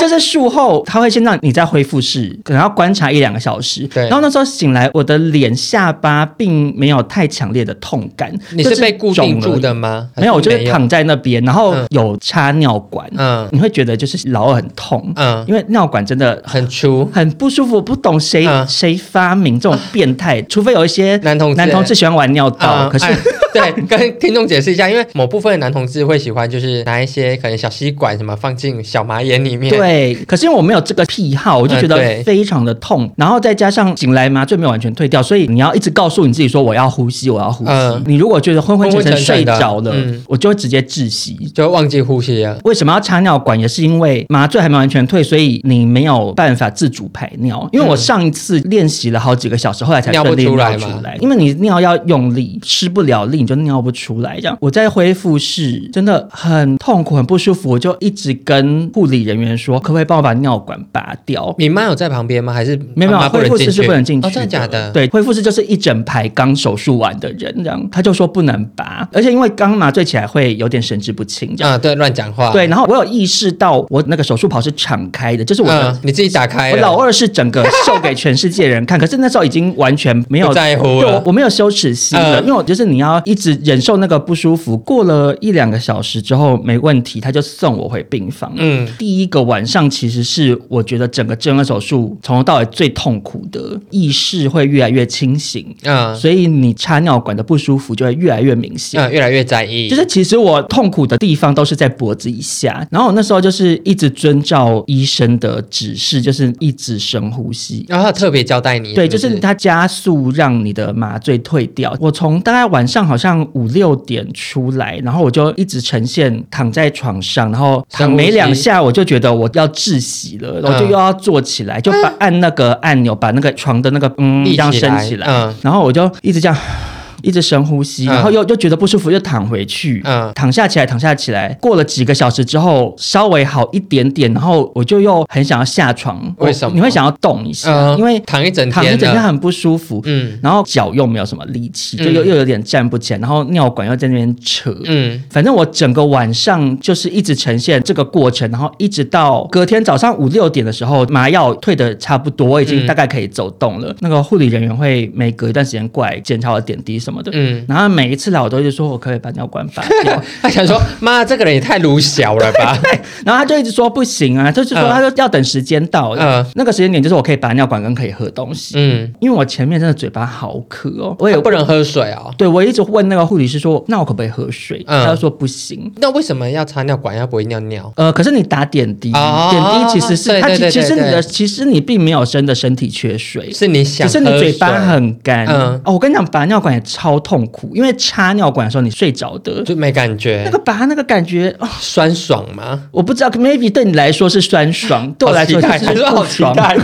[SPEAKER 2] 就是术后他会先让你在恢复室，可能要观察一两个小时。
[SPEAKER 1] 对
[SPEAKER 2] 然后那时候醒来，我的脸下巴并没有太强烈的痛感，
[SPEAKER 1] 你
[SPEAKER 2] 就是
[SPEAKER 1] 被固
[SPEAKER 2] 肿
[SPEAKER 1] 定住
[SPEAKER 2] 了
[SPEAKER 1] 的吗？
[SPEAKER 2] 没有，我就是
[SPEAKER 1] 躺。
[SPEAKER 2] 躺在那边，然后
[SPEAKER 1] 嗯
[SPEAKER 2] 有插尿管，
[SPEAKER 1] 嗯
[SPEAKER 2] 你会觉得就是老二很痛，
[SPEAKER 1] 嗯
[SPEAKER 2] 因为尿管真的
[SPEAKER 1] 很粗。
[SPEAKER 2] 很不舒服，我不懂谁、
[SPEAKER 1] 嗯
[SPEAKER 2] 谁发明这种变态，除非有一些
[SPEAKER 1] 男同志
[SPEAKER 2] 男同志喜欢玩尿道，
[SPEAKER 1] 啊，
[SPEAKER 2] 可是、
[SPEAKER 1] 哎对， <laughs> 跟听众解释一下，因为某部分的男同志会喜欢，就是拿一些可能小吸管什么放进小马眼里面。，
[SPEAKER 2] 对，可是因为我没有这个癖好，我就觉
[SPEAKER 1] 嗯对
[SPEAKER 2] 得非常的痛，然后再加上醒来麻醉没有完全退掉，所以你要一直告诉你自己说我要呼吸，我要呼吸。
[SPEAKER 1] 嗯
[SPEAKER 2] 你如果觉得昏昏沉
[SPEAKER 1] 昏
[SPEAKER 2] 沉
[SPEAKER 1] 昏沉
[SPEAKER 2] 睡
[SPEAKER 1] 沉的
[SPEAKER 2] 着了，
[SPEAKER 1] 嗯
[SPEAKER 2] 我就会直接窒息。
[SPEAKER 1] 就忘记呼吸了。
[SPEAKER 2] 为什么要插尿管？也是因为麻醉还没完全退，所以你没有办法自主排尿。因为我上一次练习了好几个小时，后来才
[SPEAKER 1] 尿不
[SPEAKER 2] 顺利
[SPEAKER 1] 出来
[SPEAKER 2] 尿出
[SPEAKER 1] 嘛
[SPEAKER 2] 来。因为你尿要用力，吃不了力，你就尿不出来。这样我在恢复室真的很痛苦，很不舒服，我就一直跟护理人员说，可不可以帮我把尿管拔掉？
[SPEAKER 1] 你妈有在旁边吗？还是
[SPEAKER 2] 没有没
[SPEAKER 1] 妈
[SPEAKER 2] 有，
[SPEAKER 1] 啊妈不
[SPEAKER 2] 恢
[SPEAKER 1] 能
[SPEAKER 2] 复
[SPEAKER 1] 进
[SPEAKER 2] 室
[SPEAKER 1] 去？
[SPEAKER 2] 是不能进去、
[SPEAKER 1] 哦，真的假的？，
[SPEAKER 2] 对，恢复室就是一整排刚手术完的人，这样他就说不能拔，而且因为刚麻醉起来会有点神志不清，这样。
[SPEAKER 1] 啊，对，乱讲话。
[SPEAKER 2] 对，，然后我有意识到我那个手术袍是敞开的，就是我的、
[SPEAKER 1] 嗯，你自己打开
[SPEAKER 2] 我
[SPEAKER 1] 了。
[SPEAKER 2] 老二是整个秀给全世界人
[SPEAKER 1] <laughs>
[SPEAKER 2] 看，可是那时候已经完全没有
[SPEAKER 1] 不在乎
[SPEAKER 2] 对
[SPEAKER 1] 了
[SPEAKER 2] 我我没有羞耻心了，
[SPEAKER 1] 嗯
[SPEAKER 2] 因为我就是你要一直忍受那个不舒服。过了一两个小时之后没问题，他就送我回病房。
[SPEAKER 1] 嗯，
[SPEAKER 2] 第一个晚上其实是我觉得整个正颌手术从头到尾最痛苦的，意识会越来越清醒，
[SPEAKER 1] 嗯
[SPEAKER 2] 所以你插尿管的不舒服就会越来越明显。
[SPEAKER 1] 嗯，越来越在意。
[SPEAKER 2] 就是其实我痛苦的地方都是在脖子以下，然后我那时候就是一直遵照照医生的指示，就是一直深呼吸。
[SPEAKER 1] 然后他特别交代你，
[SPEAKER 2] 对，
[SPEAKER 1] 不
[SPEAKER 2] 就是它加速让你的麻醉退掉。我从大概晚上好像五六点出来，然后我就一直呈现躺在床上，然后
[SPEAKER 1] 深
[SPEAKER 2] 躺
[SPEAKER 1] 呼吸嗯
[SPEAKER 2] 没两下我就觉得我要窒息了，我就又要坐起来，就把按那个按钮，把那个床的那个嗯
[SPEAKER 1] 立
[SPEAKER 2] 这样
[SPEAKER 1] 起
[SPEAKER 2] 升
[SPEAKER 1] 来
[SPEAKER 2] 起来，
[SPEAKER 1] 嗯
[SPEAKER 2] 然后我就一直这样。一直深呼吸，
[SPEAKER 1] 嗯
[SPEAKER 2] 然后又又觉得不舒服，又躺回去，
[SPEAKER 1] 嗯
[SPEAKER 2] 躺下起来，躺下起来。过了几个小时之后，稍微好一点点，然后我就又很想要下床。
[SPEAKER 1] 为什么
[SPEAKER 2] 我你会想要动一下，
[SPEAKER 1] 嗯，
[SPEAKER 2] 啊因为
[SPEAKER 1] 躺一整
[SPEAKER 2] 躺
[SPEAKER 1] 天
[SPEAKER 2] 一整天啊
[SPEAKER 1] 了，
[SPEAKER 2] 很不舒服，
[SPEAKER 1] 嗯
[SPEAKER 2] 然后脚又没有什么力气，就
[SPEAKER 1] 嗯
[SPEAKER 2] 又又有点站不起来，然后尿管又在那边扯。
[SPEAKER 1] 嗯，
[SPEAKER 2] 反正我整个晚上就是一直呈现这个过程，然后一直到隔天早上五六点的时候，麻药退的差不多，我已经
[SPEAKER 1] 嗯
[SPEAKER 2] 大概可以走动了。那个护理人员会每隔一段时间过来检查我的点滴什么的，
[SPEAKER 1] 嗯
[SPEAKER 2] 然后每一次来我都会说我可不可以把尿管拔掉，
[SPEAKER 1] <laughs> 他想
[SPEAKER 2] <laughs>
[SPEAKER 1] 说，妈，这个人也太鲁小了吧？
[SPEAKER 2] 然后他就一直说不行啊，就是说
[SPEAKER 1] 嗯
[SPEAKER 2] 他说要等时间到，
[SPEAKER 1] 嗯
[SPEAKER 2] 那个时间点就是我可以拔尿管跟可以喝东西。
[SPEAKER 1] <laughs> 嗯，
[SPEAKER 2] 因为我前面真的嘴巴好渴哦，我也
[SPEAKER 1] 不能喝水哦。
[SPEAKER 2] 对，我一直问那个护理师说，那我可不可以喝水？
[SPEAKER 1] 嗯
[SPEAKER 2] 他就说不行。
[SPEAKER 1] 那为什么要插尿管？要不会尿尿？
[SPEAKER 2] 呃，可是你打点滴，
[SPEAKER 1] 哦
[SPEAKER 2] 点滴其实是
[SPEAKER 1] 对
[SPEAKER 2] 它
[SPEAKER 1] 对
[SPEAKER 2] 其
[SPEAKER 1] 对
[SPEAKER 2] 其实你
[SPEAKER 1] 对
[SPEAKER 2] 的其实你并没有真的身体缺水，
[SPEAKER 1] 是你想
[SPEAKER 2] 只
[SPEAKER 1] 喝
[SPEAKER 2] 是
[SPEAKER 1] 水，
[SPEAKER 2] 你嘴巴很干。
[SPEAKER 1] 嗯
[SPEAKER 2] 哦，我跟你讲，拔尿管也超痛苦，因为插尿管的时候你睡着的，
[SPEAKER 1] 就没感
[SPEAKER 2] 那
[SPEAKER 1] 觉
[SPEAKER 2] 个，拔那个感觉，哦、
[SPEAKER 1] 酸爽吗？
[SPEAKER 2] 我不知道，maybe 对你来说是酸爽，对我来说
[SPEAKER 1] 好期
[SPEAKER 2] 就
[SPEAKER 1] 待
[SPEAKER 2] 是
[SPEAKER 1] <laughs> 好
[SPEAKER 2] 不
[SPEAKER 1] 期
[SPEAKER 2] 爽，
[SPEAKER 1] 待，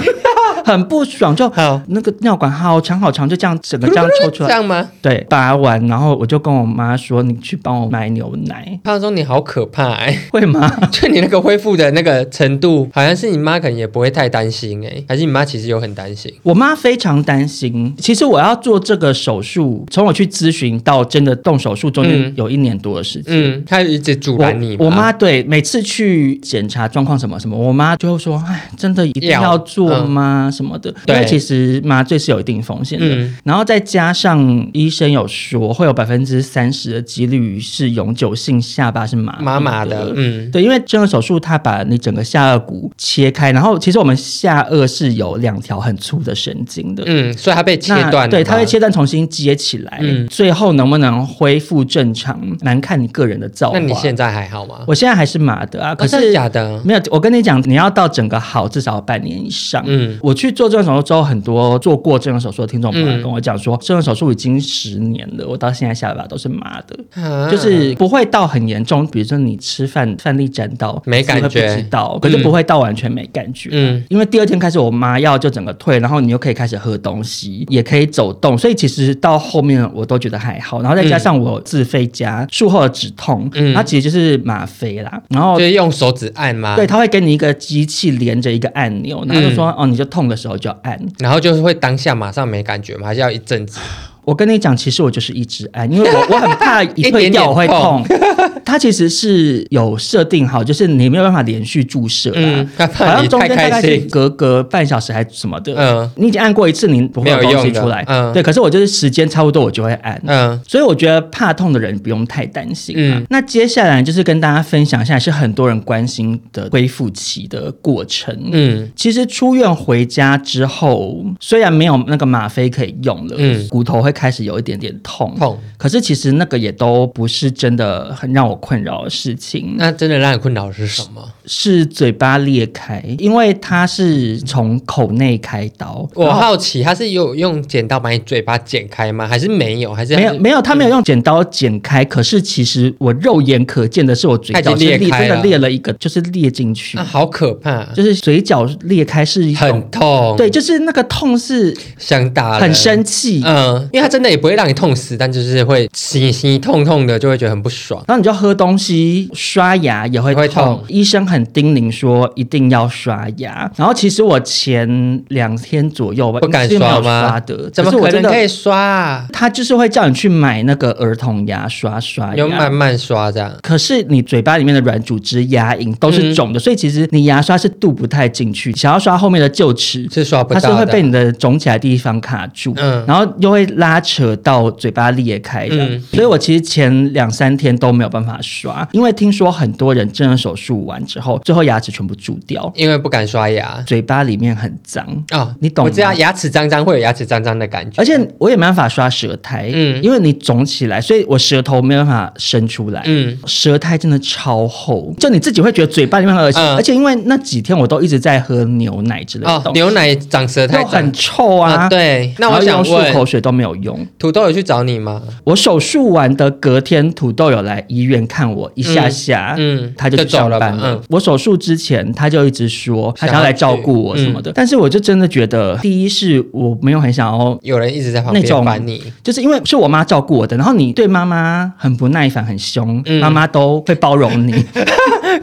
[SPEAKER 2] 很不爽， <laughs> 就
[SPEAKER 1] 好
[SPEAKER 2] 那个尿管好长好长，就这样整个这样抽出
[SPEAKER 1] 这 <laughs>
[SPEAKER 2] 来。
[SPEAKER 1] 样吗？
[SPEAKER 2] 对，拔完，然后我就跟我妈说：“你去帮我买牛奶，
[SPEAKER 1] 胖松，你好可怕哎、
[SPEAKER 2] 会吗？”
[SPEAKER 1] <laughs> 就你那个恢复的那个程度，好像是你妈可能也不会太担心哎、还是你妈其实有很担心？
[SPEAKER 2] 我妈非常担心。其实我要做这个手术，从我去咨询到真的动手术，中间
[SPEAKER 1] 嗯
[SPEAKER 2] 有一年多的时间。
[SPEAKER 1] 嗯，她一直阻
[SPEAKER 2] 我
[SPEAKER 1] 拦你吗
[SPEAKER 2] 我妈对每次去检查状况什么什么，我妈就会说：“哎，真的一定
[SPEAKER 1] 要
[SPEAKER 2] 要做吗？什么的？”因
[SPEAKER 1] 嗯对
[SPEAKER 2] 为其实麻醉是有一定风险的。
[SPEAKER 1] 嗯
[SPEAKER 2] 然后再加上医生有说，会有百分之三十的几率是永久性下巴是麻
[SPEAKER 1] 麻麻
[SPEAKER 2] 痹
[SPEAKER 1] 的，嗯，
[SPEAKER 2] 对，因为这个手术它把你整个下颚骨切开，然后其实我们下颚是有两条很粗的神经的，
[SPEAKER 1] 嗯，所以她被切
[SPEAKER 2] 那
[SPEAKER 1] 断了，
[SPEAKER 2] 对，它会。切断重新接起来，
[SPEAKER 1] 嗯
[SPEAKER 2] 最后能不能恢复正常，难看你个人的造化。
[SPEAKER 1] 那你现在还好吗？
[SPEAKER 2] 我现在还是麻的啊，可
[SPEAKER 1] 哦
[SPEAKER 2] 是、
[SPEAKER 1] 真的假的？
[SPEAKER 2] 没有，我跟你讲，你要到整个好至少半年以上。
[SPEAKER 1] 嗯
[SPEAKER 2] 我去做这种手术之后，很多做过这种手术的听众朋友
[SPEAKER 1] 嗯
[SPEAKER 2] 跟我讲说，这种手术已经十年了，我到现在下巴都是麻的。
[SPEAKER 1] 啊
[SPEAKER 2] 就是不会到很严重，比如说你吃饭饭粒沾到
[SPEAKER 1] 没感觉
[SPEAKER 2] 你会不知道，可是不会到完全没感觉。
[SPEAKER 1] 嗯
[SPEAKER 2] 因为第二天开始，我麻药就整个退，然后你又可以开始喝东西，也可以走动，所以其实到后面我都觉得还好。然后再加上我自费加术后的止痛，
[SPEAKER 1] 嗯
[SPEAKER 2] 它其实就是吗啡啦。然后
[SPEAKER 1] 就是用手指按吗？
[SPEAKER 2] 对，，它会给你一个机器连着一个按钮，然后就说、哦，你就痛的时候就按。
[SPEAKER 1] 然后就是会当下马上没感觉吗？还是要一阵子？
[SPEAKER 2] 我跟你讲，其实我就是一直按，因为我
[SPEAKER 1] <laughs>
[SPEAKER 2] 我很怕一退
[SPEAKER 1] 一点点
[SPEAKER 2] 掉我会痛。 <laughs> 它其实是有设定好，就是你没有办法连续注射啦，
[SPEAKER 1] 嗯，他
[SPEAKER 2] 好
[SPEAKER 1] 怕
[SPEAKER 2] 像
[SPEAKER 1] 你
[SPEAKER 2] 中
[SPEAKER 1] 太
[SPEAKER 2] 间大
[SPEAKER 1] 开
[SPEAKER 2] 概是
[SPEAKER 1] 心。
[SPEAKER 2] 隔隔半小时还什么的。
[SPEAKER 1] 嗯
[SPEAKER 2] 你已经按过一次，你不会有
[SPEAKER 1] 没有
[SPEAKER 2] 东西
[SPEAKER 1] 用的
[SPEAKER 2] 出来。
[SPEAKER 1] 嗯
[SPEAKER 2] 对，可是我就是时间差不多，我就会按。
[SPEAKER 1] 嗯，
[SPEAKER 2] 所以我觉得怕痛的人不用太担心啊。
[SPEAKER 1] 嗯
[SPEAKER 2] 那接下来就是跟大家分享一下，是很多人关心的恢复期的过程。
[SPEAKER 1] 嗯，
[SPEAKER 2] 其实出院回家之后，虽然没有那个吗啡可以用了，
[SPEAKER 1] 嗯
[SPEAKER 2] 骨头会开始有一点点痛，
[SPEAKER 1] 痛。
[SPEAKER 2] 可是其实那个也都不是真的很让我困扰的事情，
[SPEAKER 1] 那真的让你困扰的是什么？
[SPEAKER 2] 是嘴巴裂开，因为它是从口内开刀，
[SPEAKER 1] 我
[SPEAKER 2] 然后
[SPEAKER 1] 好奇，他是有用剪刀把你嘴巴剪开吗？还是没有？还是
[SPEAKER 2] 没有没有，他没有用剪刀剪开，可是其实我肉眼可见的是我嘴
[SPEAKER 1] 它已经
[SPEAKER 2] 角是
[SPEAKER 1] 裂
[SPEAKER 2] 裂，
[SPEAKER 1] 开
[SPEAKER 2] 真的
[SPEAKER 1] 了
[SPEAKER 2] 裂了一个，就是裂进去
[SPEAKER 1] 那、，啊好可怕，
[SPEAKER 2] 就是嘴角裂开是一种
[SPEAKER 1] 很，痛，
[SPEAKER 2] 对，，就是那个痛是
[SPEAKER 1] 想打，
[SPEAKER 2] 很生。气，
[SPEAKER 1] 嗯，因为他真的也不会让你痛死，但就是会心心痛痛的，就会觉得很不爽。
[SPEAKER 2] 然后你就喝东西、刷牙也会痛。
[SPEAKER 1] 会痛
[SPEAKER 2] 医生很叮咛说一定要刷牙。然后其实我前两天左右吧，
[SPEAKER 1] 不敢
[SPEAKER 2] 是没有
[SPEAKER 1] 刷吗
[SPEAKER 2] 刷的，
[SPEAKER 1] 怎么
[SPEAKER 2] 可是我
[SPEAKER 1] 可
[SPEAKER 2] 真
[SPEAKER 1] 能
[SPEAKER 2] 的
[SPEAKER 1] 可以刷、啊？
[SPEAKER 2] 他就是会叫你去买那个儿童牙刷刷
[SPEAKER 1] 有哎慢
[SPEAKER 2] 牙。
[SPEAKER 1] 慢刷这样。
[SPEAKER 2] 可是你嘴巴里面的软组织、牙龈都
[SPEAKER 1] 嗯
[SPEAKER 2] 是肿的，所以其实你牙刷是渡不太进去。想要刷后面的臼齿，
[SPEAKER 1] 是刷不
[SPEAKER 2] 它
[SPEAKER 1] 到的啊
[SPEAKER 2] 是会被你的肿起来的地方卡住，
[SPEAKER 1] 嗯
[SPEAKER 2] 然后又会拉扯到嘴巴裂开的。
[SPEAKER 1] 嗯
[SPEAKER 2] 所以我其实前两三天都没有办法刷，因为听说很多人正颌手术完之候，最后牙齿全部蛀掉，
[SPEAKER 1] 因为不敢刷牙
[SPEAKER 2] 嘴巴里面很脏。
[SPEAKER 1] 哦，
[SPEAKER 2] 你懂
[SPEAKER 1] 我知道
[SPEAKER 2] 吗
[SPEAKER 1] 牙齿脏脏会有牙齿脏脏的感觉，
[SPEAKER 2] 而且我也没办法刷舌苔，
[SPEAKER 1] 嗯
[SPEAKER 2] 因为你肿起来，所以我舌头没办法伸出来，
[SPEAKER 1] 嗯
[SPEAKER 2] 舌苔真的超厚，就你自己会觉得嘴巴里面很恶心，
[SPEAKER 1] 嗯
[SPEAKER 2] 而且因为那几天我都一直在喝牛奶之类的
[SPEAKER 1] 哦，
[SPEAKER 2] 东西，
[SPEAKER 1] 牛奶长舌苔
[SPEAKER 2] 又
[SPEAKER 1] 长
[SPEAKER 2] 很臭啊，
[SPEAKER 1] 啊，对。那我
[SPEAKER 2] 然
[SPEAKER 1] 想
[SPEAKER 2] 后用漱口
[SPEAKER 1] 问，
[SPEAKER 2] 水都没有用。
[SPEAKER 1] 土豆有去找你吗？
[SPEAKER 2] 我手术完的隔天，土豆有来医院看我一下下，
[SPEAKER 1] 嗯嗯
[SPEAKER 2] 他就去
[SPEAKER 1] 就走
[SPEAKER 2] 上
[SPEAKER 1] 了吧
[SPEAKER 2] 班了。
[SPEAKER 1] 嗯
[SPEAKER 2] 我手术之前，他就一直说他想要来照顾我什么的，
[SPEAKER 1] 想
[SPEAKER 2] 但是我就真的觉得，第一是我没有很想要。
[SPEAKER 1] 有人一直在旁
[SPEAKER 2] 那
[SPEAKER 1] 边
[SPEAKER 2] 种
[SPEAKER 1] 烦你，
[SPEAKER 2] 就是因为是我妈照顾我的，然后你对妈妈很不耐烦、很凶，
[SPEAKER 1] 嗯
[SPEAKER 2] 妈妈都会包容
[SPEAKER 1] <laughs>
[SPEAKER 2] 你。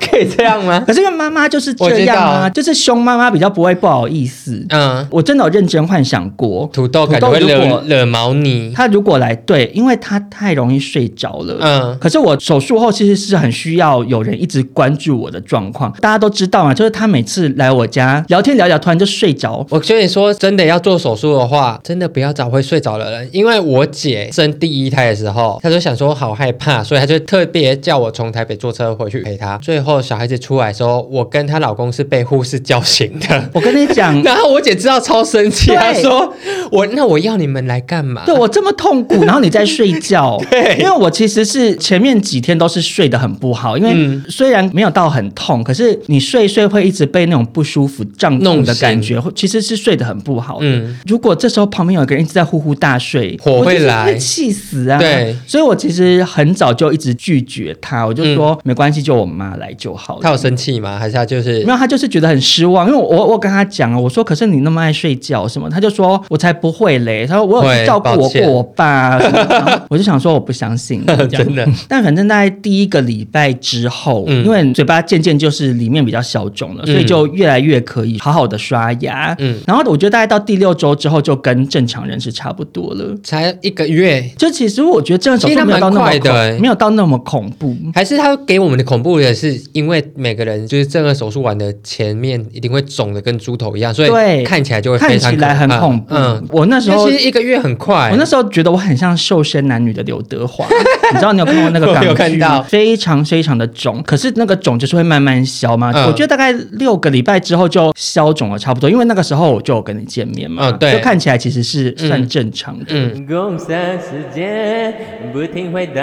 [SPEAKER 1] 可以这样吗？
[SPEAKER 2] <laughs> 可是因为妈妈就是这样
[SPEAKER 1] 我知
[SPEAKER 2] 啊，
[SPEAKER 1] 道
[SPEAKER 2] 就是凶妈妈比较不会不好意思。
[SPEAKER 1] 嗯，
[SPEAKER 2] 我真的有认真幻想过，
[SPEAKER 1] 土豆感觉会
[SPEAKER 2] 土豆如
[SPEAKER 1] 惹
[SPEAKER 2] 果
[SPEAKER 1] 惹毛你，
[SPEAKER 2] 他如果来对，因为他太容易睡着了。
[SPEAKER 1] 嗯
[SPEAKER 2] 可是我手术后其实是很需要有人一直关注我的状况。大家都知道嘛，就是他每次来我家聊天聊一聊，突然就睡着。
[SPEAKER 1] 我跟你说，真的要做手术的话，真的不要找会睡着的人，因为我姐生第一胎的时候，她就想说好害怕，所以她就特别叫我从台北坐车回去陪她。最后小孩子出来的时候，我跟她老公是被护士叫醒的。，
[SPEAKER 2] 我跟你讲
[SPEAKER 1] 然后我姐知道超生气，
[SPEAKER 2] 对
[SPEAKER 1] 她说：“我那我要你们来干嘛？”
[SPEAKER 2] 对我这么痛
[SPEAKER 1] <laughs>
[SPEAKER 2] 苦，然后你在睡觉。
[SPEAKER 1] 对
[SPEAKER 2] 因为我其实是前面几天都是睡得很不好，因为
[SPEAKER 1] 嗯
[SPEAKER 2] 虽然没有到很痛，可是你睡一睡会一直被那种不舒服胀痛
[SPEAKER 1] 弄
[SPEAKER 2] 的
[SPEAKER 1] 醒
[SPEAKER 2] 感觉，会其实是睡得很不好的。
[SPEAKER 1] 嗯
[SPEAKER 2] 如果这时候旁边有一个人一直在呼呼大睡，
[SPEAKER 1] 火
[SPEAKER 2] 我
[SPEAKER 1] 会
[SPEAKER 2] 就是
[SPEAKER 1] 来
[SPEAKER 2] 会气死啊！
[SPEAKER 1] 对，嗯
[SPEAKER 2] 所以我其实很早就一直拒绝他，我就说、没关系，就我妈来就好了。
[SPEAKER 1] 她有生气吗？还是她就是
[SPEAKER 2] 没有，他就是觉得很失望，因为我我我跟他讲啊，我说可是你那么爱睡觉什么，他就说我才不会嘞，他说我有
[SPEAKER 1] 会
[SPEAKER 2] 去照顾
[SPEAKER 1] 抱
[SPEAKER 2] 我
[SPEAKER 1] 歉
[SPEAKER 2] 过我爸啊，什么的然
[SPEAKER 1] <laughs>
[SPEAKER 2] 后我就想说我不相信，这样
[SPEAKER 1] 真的？
[SPEAKER 2] 但反正大概第一个礼拜之后，
[SPEAKER 1] 嗯
[SPEAKER 2] 因为你嘴巴渐渐就是里面比较小肿了，所以
[SPEAKER 1] 嗯
[SPEAKER 2] 就越来越可以好好的刷牙。
[SPEAKER 1] 嗯
[SPEAKER 2] 嗯，然后我觉得大概到第六周之后，就跟正常人是差不多了。
[SPEAKER 1] 才一个月？
[SPEAKER 2] 就其实我觉得这样手
[SPEAKER 1] 其
[SPEAKER 2] 术
[SPEAKER 1] 实它
[SPEAKER 2] 没有到那么
[SPEAKER 1] 蛮快的
[SPEAKER 2] 恐
[SPEAKER 1] 欸
[SPEAKER 2] 没有到那么恐怖。
[SPEAKER 1] 还是她给我们的恐怖的是，因为每个人就是这个手术完的前面一定会肿的跟猪头一样，所以
[SPEAKER 2] 对
[SPEAKER 1] 看起来就会非
[SPEAKER 2] 看
[SPEAKER 1] 常
[SPEAKER 2] 起
[SPEAKER 1] 可
[SPEAKER 2] 来很
[SPEAKER 1] 怕
[SPEAKER 2] 恐怖。
[SPEAKER 1] 嗯，
[SPEAKER 2] 我那时
[SPEAKER 1] 但
[SPEAKER 2] 候
[SPEAKER 1] 其实一个月很快，
[SPEAKER 2] 我那时候觉得我很像瘦身男女的刘德华， <laughs> 你知道你有看过那个港
[SPEAKER 1] <laughs>
[SPEAKER 2] 剧
[SPEAKER 1] 我有
[SPEAKER 2] 吗？
[SPEAKER 1] 看到
[SPEAKER 2] 非常非常的肿，可是那个肿就是会慢慢消嘛。
[SPEAKER 1] 嗯
[SPEAKER 2] 我觉得大概六个礼拜之后就消肿了差不多，因为那个时候我就有跟你见面嘛，
[SPEAKER 1] 嗯对
[SPEAKER 2] 就看起来其实是算正常的。
[SPEAKER 1] 嗯
[SPEAKER 3] 共享时间，不停回到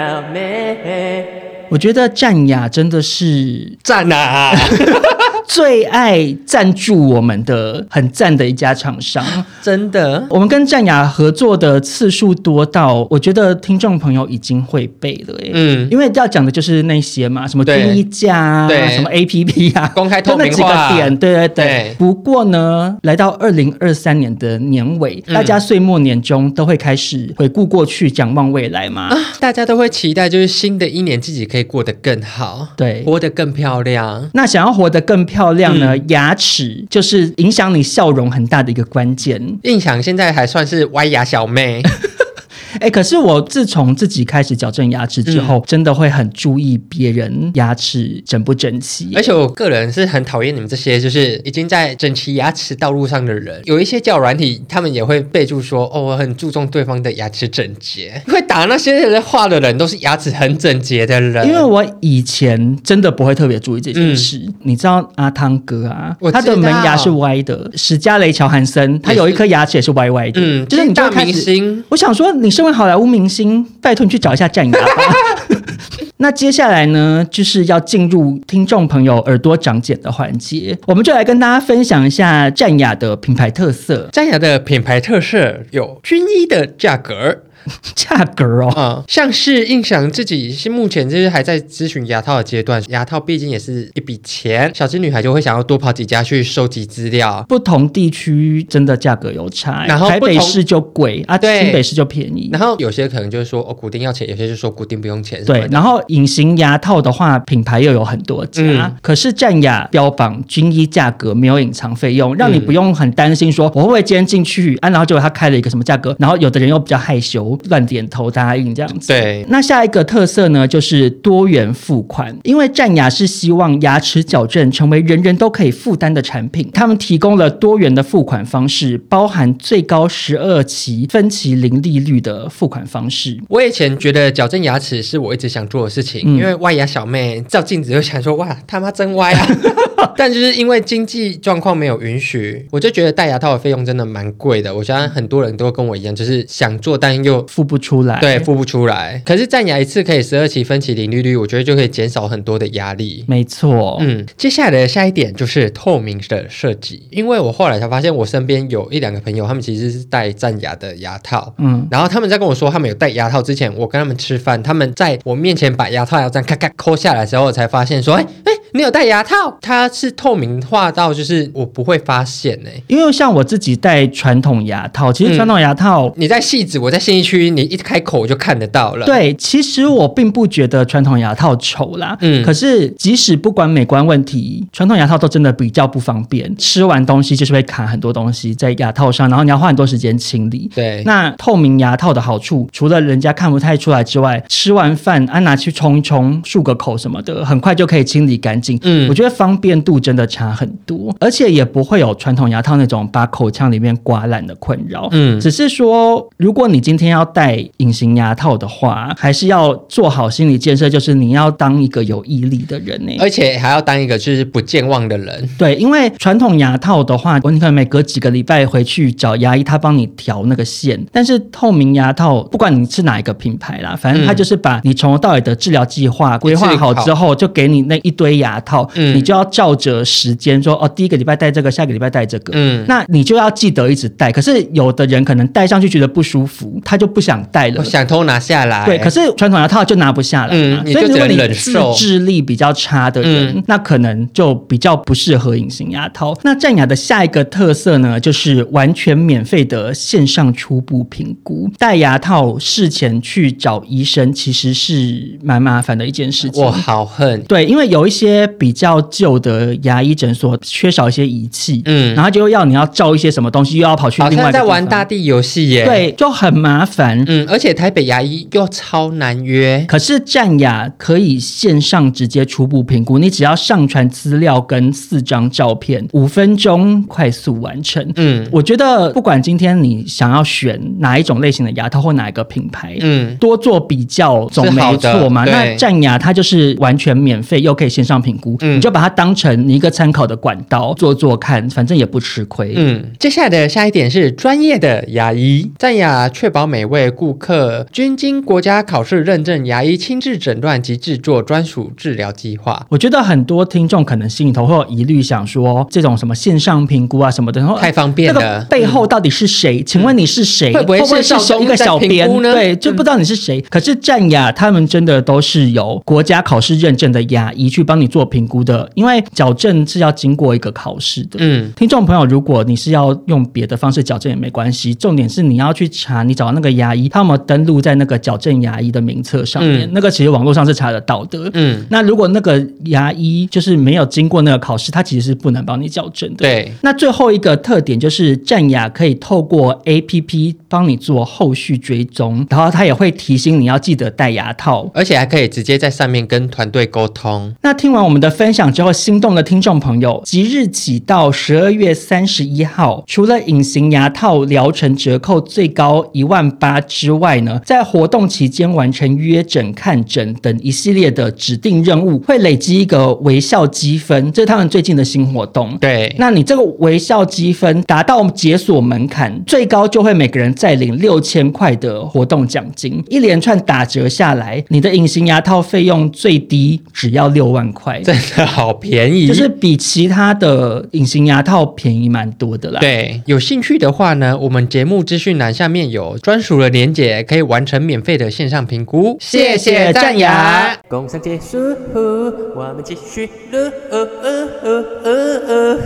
[SPEAKER 3] 美。
[SPEAKER 2] 我觉得战雅真的是 <laughs>
[SPEAKER 1] 赞啊！
[SPEAKER 2] 最爱赞助我们的很赞的一家厂商。 <laughs>
[SPEAKER 1] 真的，
[SPEAKER 2] 我们跟战雅合作的次数多到，我觉得听众朋友已经会背了、欸。
[SPEAKER 1] 嗯，
[SPEAKER 2] 因为要讲的就是那些嘛，什么
[SPEAKER 1] 对
[SPEAKER 2] 军医价啊，
[SPEAKER 1] 对
[SPEAKER 2] 什么 APP 啊，
[SPEAKER 1] <laughs> 公开透明化
[SPEAKER 2] 就那几个点，对对对。
[SPEAKER 1] 对
[SPEAKER 2] 不过呢，来到二零二三年的年尾，
[SPEAKER 1] 嗯
[SPEAKER 2] 大家岁末年终都会开始回顾过去，展望未来嘛。
[SPEAKER 1] 大家都会期待，就是新的一年自己可以过得更好，
[SPEAKER 2] 对
[SPEAKER 1] 活得更漂亮。
[SPEAKER 2] 那想要活得更漂亮呢，
[SPEAKER 1] 嗯
[SPEAKER 2] 牙齿就是影响你笑容很大的一个关键。
[SPEAKER 1] 印象现在还算是歪牙小妹，
[SPEAKER 2] 哎，可是我自从自己开始矫正牙齿之后，
[SPEAKER 1] 嗯
[SPEAKER 2] 真的会很注意别人牙齿整不整齐。
[SPEAKER 1] 而且我个人是很讨厌你们这些就是已经在整齐牙齿道路上的人。有一些叫软体，他们也会备注说：“哦，我很注重对方的牙齿整洁。” <laughs> 会打那些人话的人，都是牙齿很整洁的人。
[SPEAKER 2] 因为我以前真的不会特别注意这件事，你知道阿汤哥啊
[SPEAKER 1] 嗯我，知道
[SPEAKER 2] 他的门牙是歪的，史嘉蕾·乔韩森，他有一颗牙齿也是歪歪的，
[SPEAKER 1] 嗯，
[SPEAKER 2] 就是你就
[SPEAKER 1] 大
[SPEAKER 2] 会开
[SPEAKER 1] 明
[SPEAKER 2] 始，
[SPEAKER 1] 星，
[SPEAKER 2] 我想说，你身为好莱坞明星，拜托你去找一下战牙吧。 <laughs> 那接下来呢，就是要进入听众朋友耳朵长茧的环节，我们就来跟大家分享一下战雅的品牌特色
[SPEAKER 1] 詹雅的品牌特色有均一的价格，
[SPEAKER 2] 价格哦。
[SPEAKER 1] 啊、像是印象自己是目前就是还在咨询牙套的阶段，牙套毕竟也是一笔钱，小资女孩就会想要多跑几家去收集资料。
[SPEAKER 2] 不同地区真的价格有差、
[SPEAKER 1] 然后
[SPEAKER 2] 台
[SPEAKER 1] 不
[SPEAKER 2] 北
[SPEAKER 1] 同
[SPEAKER 2] 市就贵啊，
[SPEAKER 1] 对
[SPEAKER 2] 新北市就便宜。
[SPEAKER 1] 然后有些可能就是说哦，固定要钱；有些就说固定不用钱。
[SPEAKER 2] 对，，然后隐形牙套的话，品牌又有很多家，
[SPEAKER 1] 嗯
[SPEAKER 2] 可是战雅标榜均一价格，没有隐藏费用，让你不用很担心说我会不会今天进去啊，然后结果他开了一个什么价格，然后有的人又比较害羞，我乱点头答应这样子。
[SPEAKER 1] 对，
[SPEAKER 2] 那下一个特色呢，就是多元付款，因为战牙是希望牙齿矫正成为人人都可以负担的产品，他们提供了多元的付款方式，包含最高十二期分期零利率的付款方式。
[SPEAKER 1] 我以前觉得矫正牙齿是我一直想做的事情，
[SPEAKER 2] 嗯
[SPEAKER 1] 因为外牙小妹照镜子就想说哇他妈真歪啊， <laughs> 但就是因为经济状况没有允许，我就觉得戴牙套的费用真的蛮贵的。我相信很多人都跟我一样，就是想做但又
[SPEAKER 2] 付不出来，
[SPEAKER 1] 对，付不出来。可是站牙一次可以十二期分期零利率，我觉得就可以减少很多的压力。
[SPEAKER 2] 没错，
[SPEAKER 1] 嗯，接下来的下一点就是透明的设计，因为我后来才发现，我身边有一两个朋友，他们其实是戴战牙的牙套，
[SPEAKER 2] 嗯
[SPEAKER 1] 然后他们在跟我说他们有戴牙套之前，我跟他们吃饭，他们在我面前把牙套要这样咔咔抠下来的时候，我才发现说，哎哎，你有戴牙套？它是透明化到就是我不会发现哎、
[SPEAKER 2] 因为像我自己戴传统牙套，其实传统牙套、
[SPEAKER 1] 你在戏子，我在信义区，你一开口我就看得到了。，
[SPEAKER 2] 对，其实我并不觉得传统牙套丑啦，
[SPEAKER 1] 嗯
[SPEAKER 2] 嗯，可是即使不管美观问题，传统牙套都真的比较不方便，吃完东西就是会卡很多东西在牙套上，然后你要花很多时间清理。
[SPEAKER 1] 对
[SPEAKER 2] 那透明牙套的好处，除了人家看不太出来之外，吃完饭啊拿去冲一冲，漱个口什么的，很快就可以清理干净。
[SPEAKER 1] 嗯
[SPEAKER 2] 我觉得方便度真的差很多，而且也不会有传统牙套那种把口腔里面刮烂的困扰。
[SPEAKER 1] 嗯
[SPEAKER 2] 只是说，如果你今天要戴隐形牙套的话，还是要做好心理建设，就是你要当一个有毅力的人欸呢、
[SPEAKER 1] 而且还要当一个就是不健忘的人。
[SPEAKER 2] 对，因为传统牙套的话，你可能每隔几个礼拜回去找牙医，他帮你调那个线。但是透明牙套，不管你是哪一个品牌啦，反正他就是把你从头到尾的治疗计划规划好之后，就给你那一堆牙套，
[SPEAKER 1] 嗯
[SPEAKER 2] 你就要照着时间说，哦，第一个礼拜戴这个，下个礼拜戴这个。
[SPEAKER 1] 嗯，
[SPEAKER 2] 那你就要记得一直戴，可是有的人可能戴上去觉得不舒服，他就不想戴了
[SPEAKER 1] 我。想偷拿下来。
[SPEAKER 2] 对，可是传统牙套就拿不下来嘛，
[SPEAKER 1] 嗯你
[SPEAKER 2] 所以
[SPEAKER 1] 就
[SPEAKER 2] 如果
[SPEAKER 1] 只能
[SPEAKER 2] 你
[SPEAKER 1] 忍
[SPEAKER 2] 自
[SPEAKER 1] 受嗯
[SPEAKER 2] 制力比较差的人，那可能就比较不适合隐形牙套。那战牙的下一个特色呢，就是完全免费的线上初步评估。戴牙套事前去找医生其实是蛮麻烦的一件事情。
[SPEAKER 1] 我好恨。
[SPEAKER 2] 对，因为有一些比较旧的牙医诊所缺少一些仪器，
[SPEAKER 1] 嗯
[SPEAKER 2] 然后就要你要照一些什么东西，又要跑去
[SPEAKER 1] 好
[SPEAKER 2] 另外一
[SPEAKER 1] 像
[SPEAKER 2] 个
[SPEAKER 1] 在
[SPEAKER 2] 地
[SPEAKER 1] 玩
[SPEAKER 2] 方
[SPEAKER 1] 大地游戏耶。，
[SPEAKER 2] 对，就很麻烦。
[SPEAKER 1] 嗯，而且台北牙医又超难约。
[SPEAKER 2] 可是战雅可以线上直接初步评估，你只要上传资料跟四张照片，五分钟快速完成。
[SPEAKER 1] 嗯
[SPEAKER 2] 我觉得不管今天你想要选哪一种类型的牙套或哪一个品牌，
[SPEAKER 1] 嗯，
[SPEAKER 2] 多做比较总没错嘛。
[SPEAKER 1] 是好的
[SPEAKER 2] 那
[SPEAKER 1] 对
[SPEAKER 2] 战牙它就是完全免费，又可以线上评估，
[SPEAKER 1] 嗯
[SPEAKER 2] 你就把它当成你一个参考的管道做做看，反正也不吃亏。
[SPEAKER 1] 嗯，接下来的下一点是专业的牙医，赞雅确保每位顾客均经国家考试认证牙医亲自诊断及制作专属治疗计划。
[SPEAKER 2] 我觉得很多听众可能心里头会有疑虑，想说这种什么线上评估啊什么的，然后
[SPEAKER 1] 太方便
[SPEAKER 2] 这个
[SPEAKER 1] 了，
[SPEAKER 2] 背后到底是谁？请问你是谁？
[SPEAKER 1] 嗯会不会
[SPEAKER 2] 会
[SPEAKER 1] 是
[SPEAKER 2] 是
[SPEAKER 1] 赵忠
[SPEAKER 2] 一个
[SPEAKER 1] 在
[SPEAKER 2] 小
[SPEAKER 1] 评
[SPEAKER 2] 编
[SPEAKER 1] 估呢嗯
[SPEAKER 2] 对，就不知道你是谁。可是战雅他们真的都是有国家考试认证的牙医去帮你做评估的，因为矫正是要经过一个考试的。
[SPEAKER 1] 嗯
[SPEAKER 2] 听众朋友，如果你是要用别的方式矫正也没关系，重点是你要去查你找到那个牙医，他有没有登录在那个矫正牙医的名册上面？
[SPEAKER 1] 嗯
[SPEAKER 2] 那个其实网络上是查得到的。
[SPEAKER 1] 嗯，
[SPEAKER 2] 那如果那个牙医就是没有经过那个考试，他其实是不能帮你矫正的。
[SPEAKER 1] 对，
[SPEAKER 2] 那最后一个特点就是战雅可以透过 A P P 帮你做后续追踪，然后它也会提醒你要记得戴牙套。
[SPEAKER 1] 而且还可以直接在上面跟团队沟通。
[SPEAKER 2] 那听完我们的分享之后，心动的听众朋友，即日起到十二月三十一号，除了隐形牙套疗程折扣最高一万八之外呢，在活动期间完成约诊、看诊等一系列的指定任务，会累积一个微笑积分，这是他们最近的新活动。
[SPEAKER 1] 对，
[SPEAKER 2] 那你这个微笑积分达到解锁门槛，最高就会每个人再领六千块的活动奖金，一连串打折下来，你的隐形牙套费用最低只要六万块，
[SPEAKER 1] 真的好便宜，
[SPEAKER 2] 就是比其他的隐形牙套便宜蛮多的啦。，
[SPEAKER 1] 对，有兴趣的话呢，我们节目资讯栏下面有专属的连结，可以完成免费的线上评估。谢谢战牙。
[SPEAKER 4] 工商结束，我们继续录。哦哦哦哦哦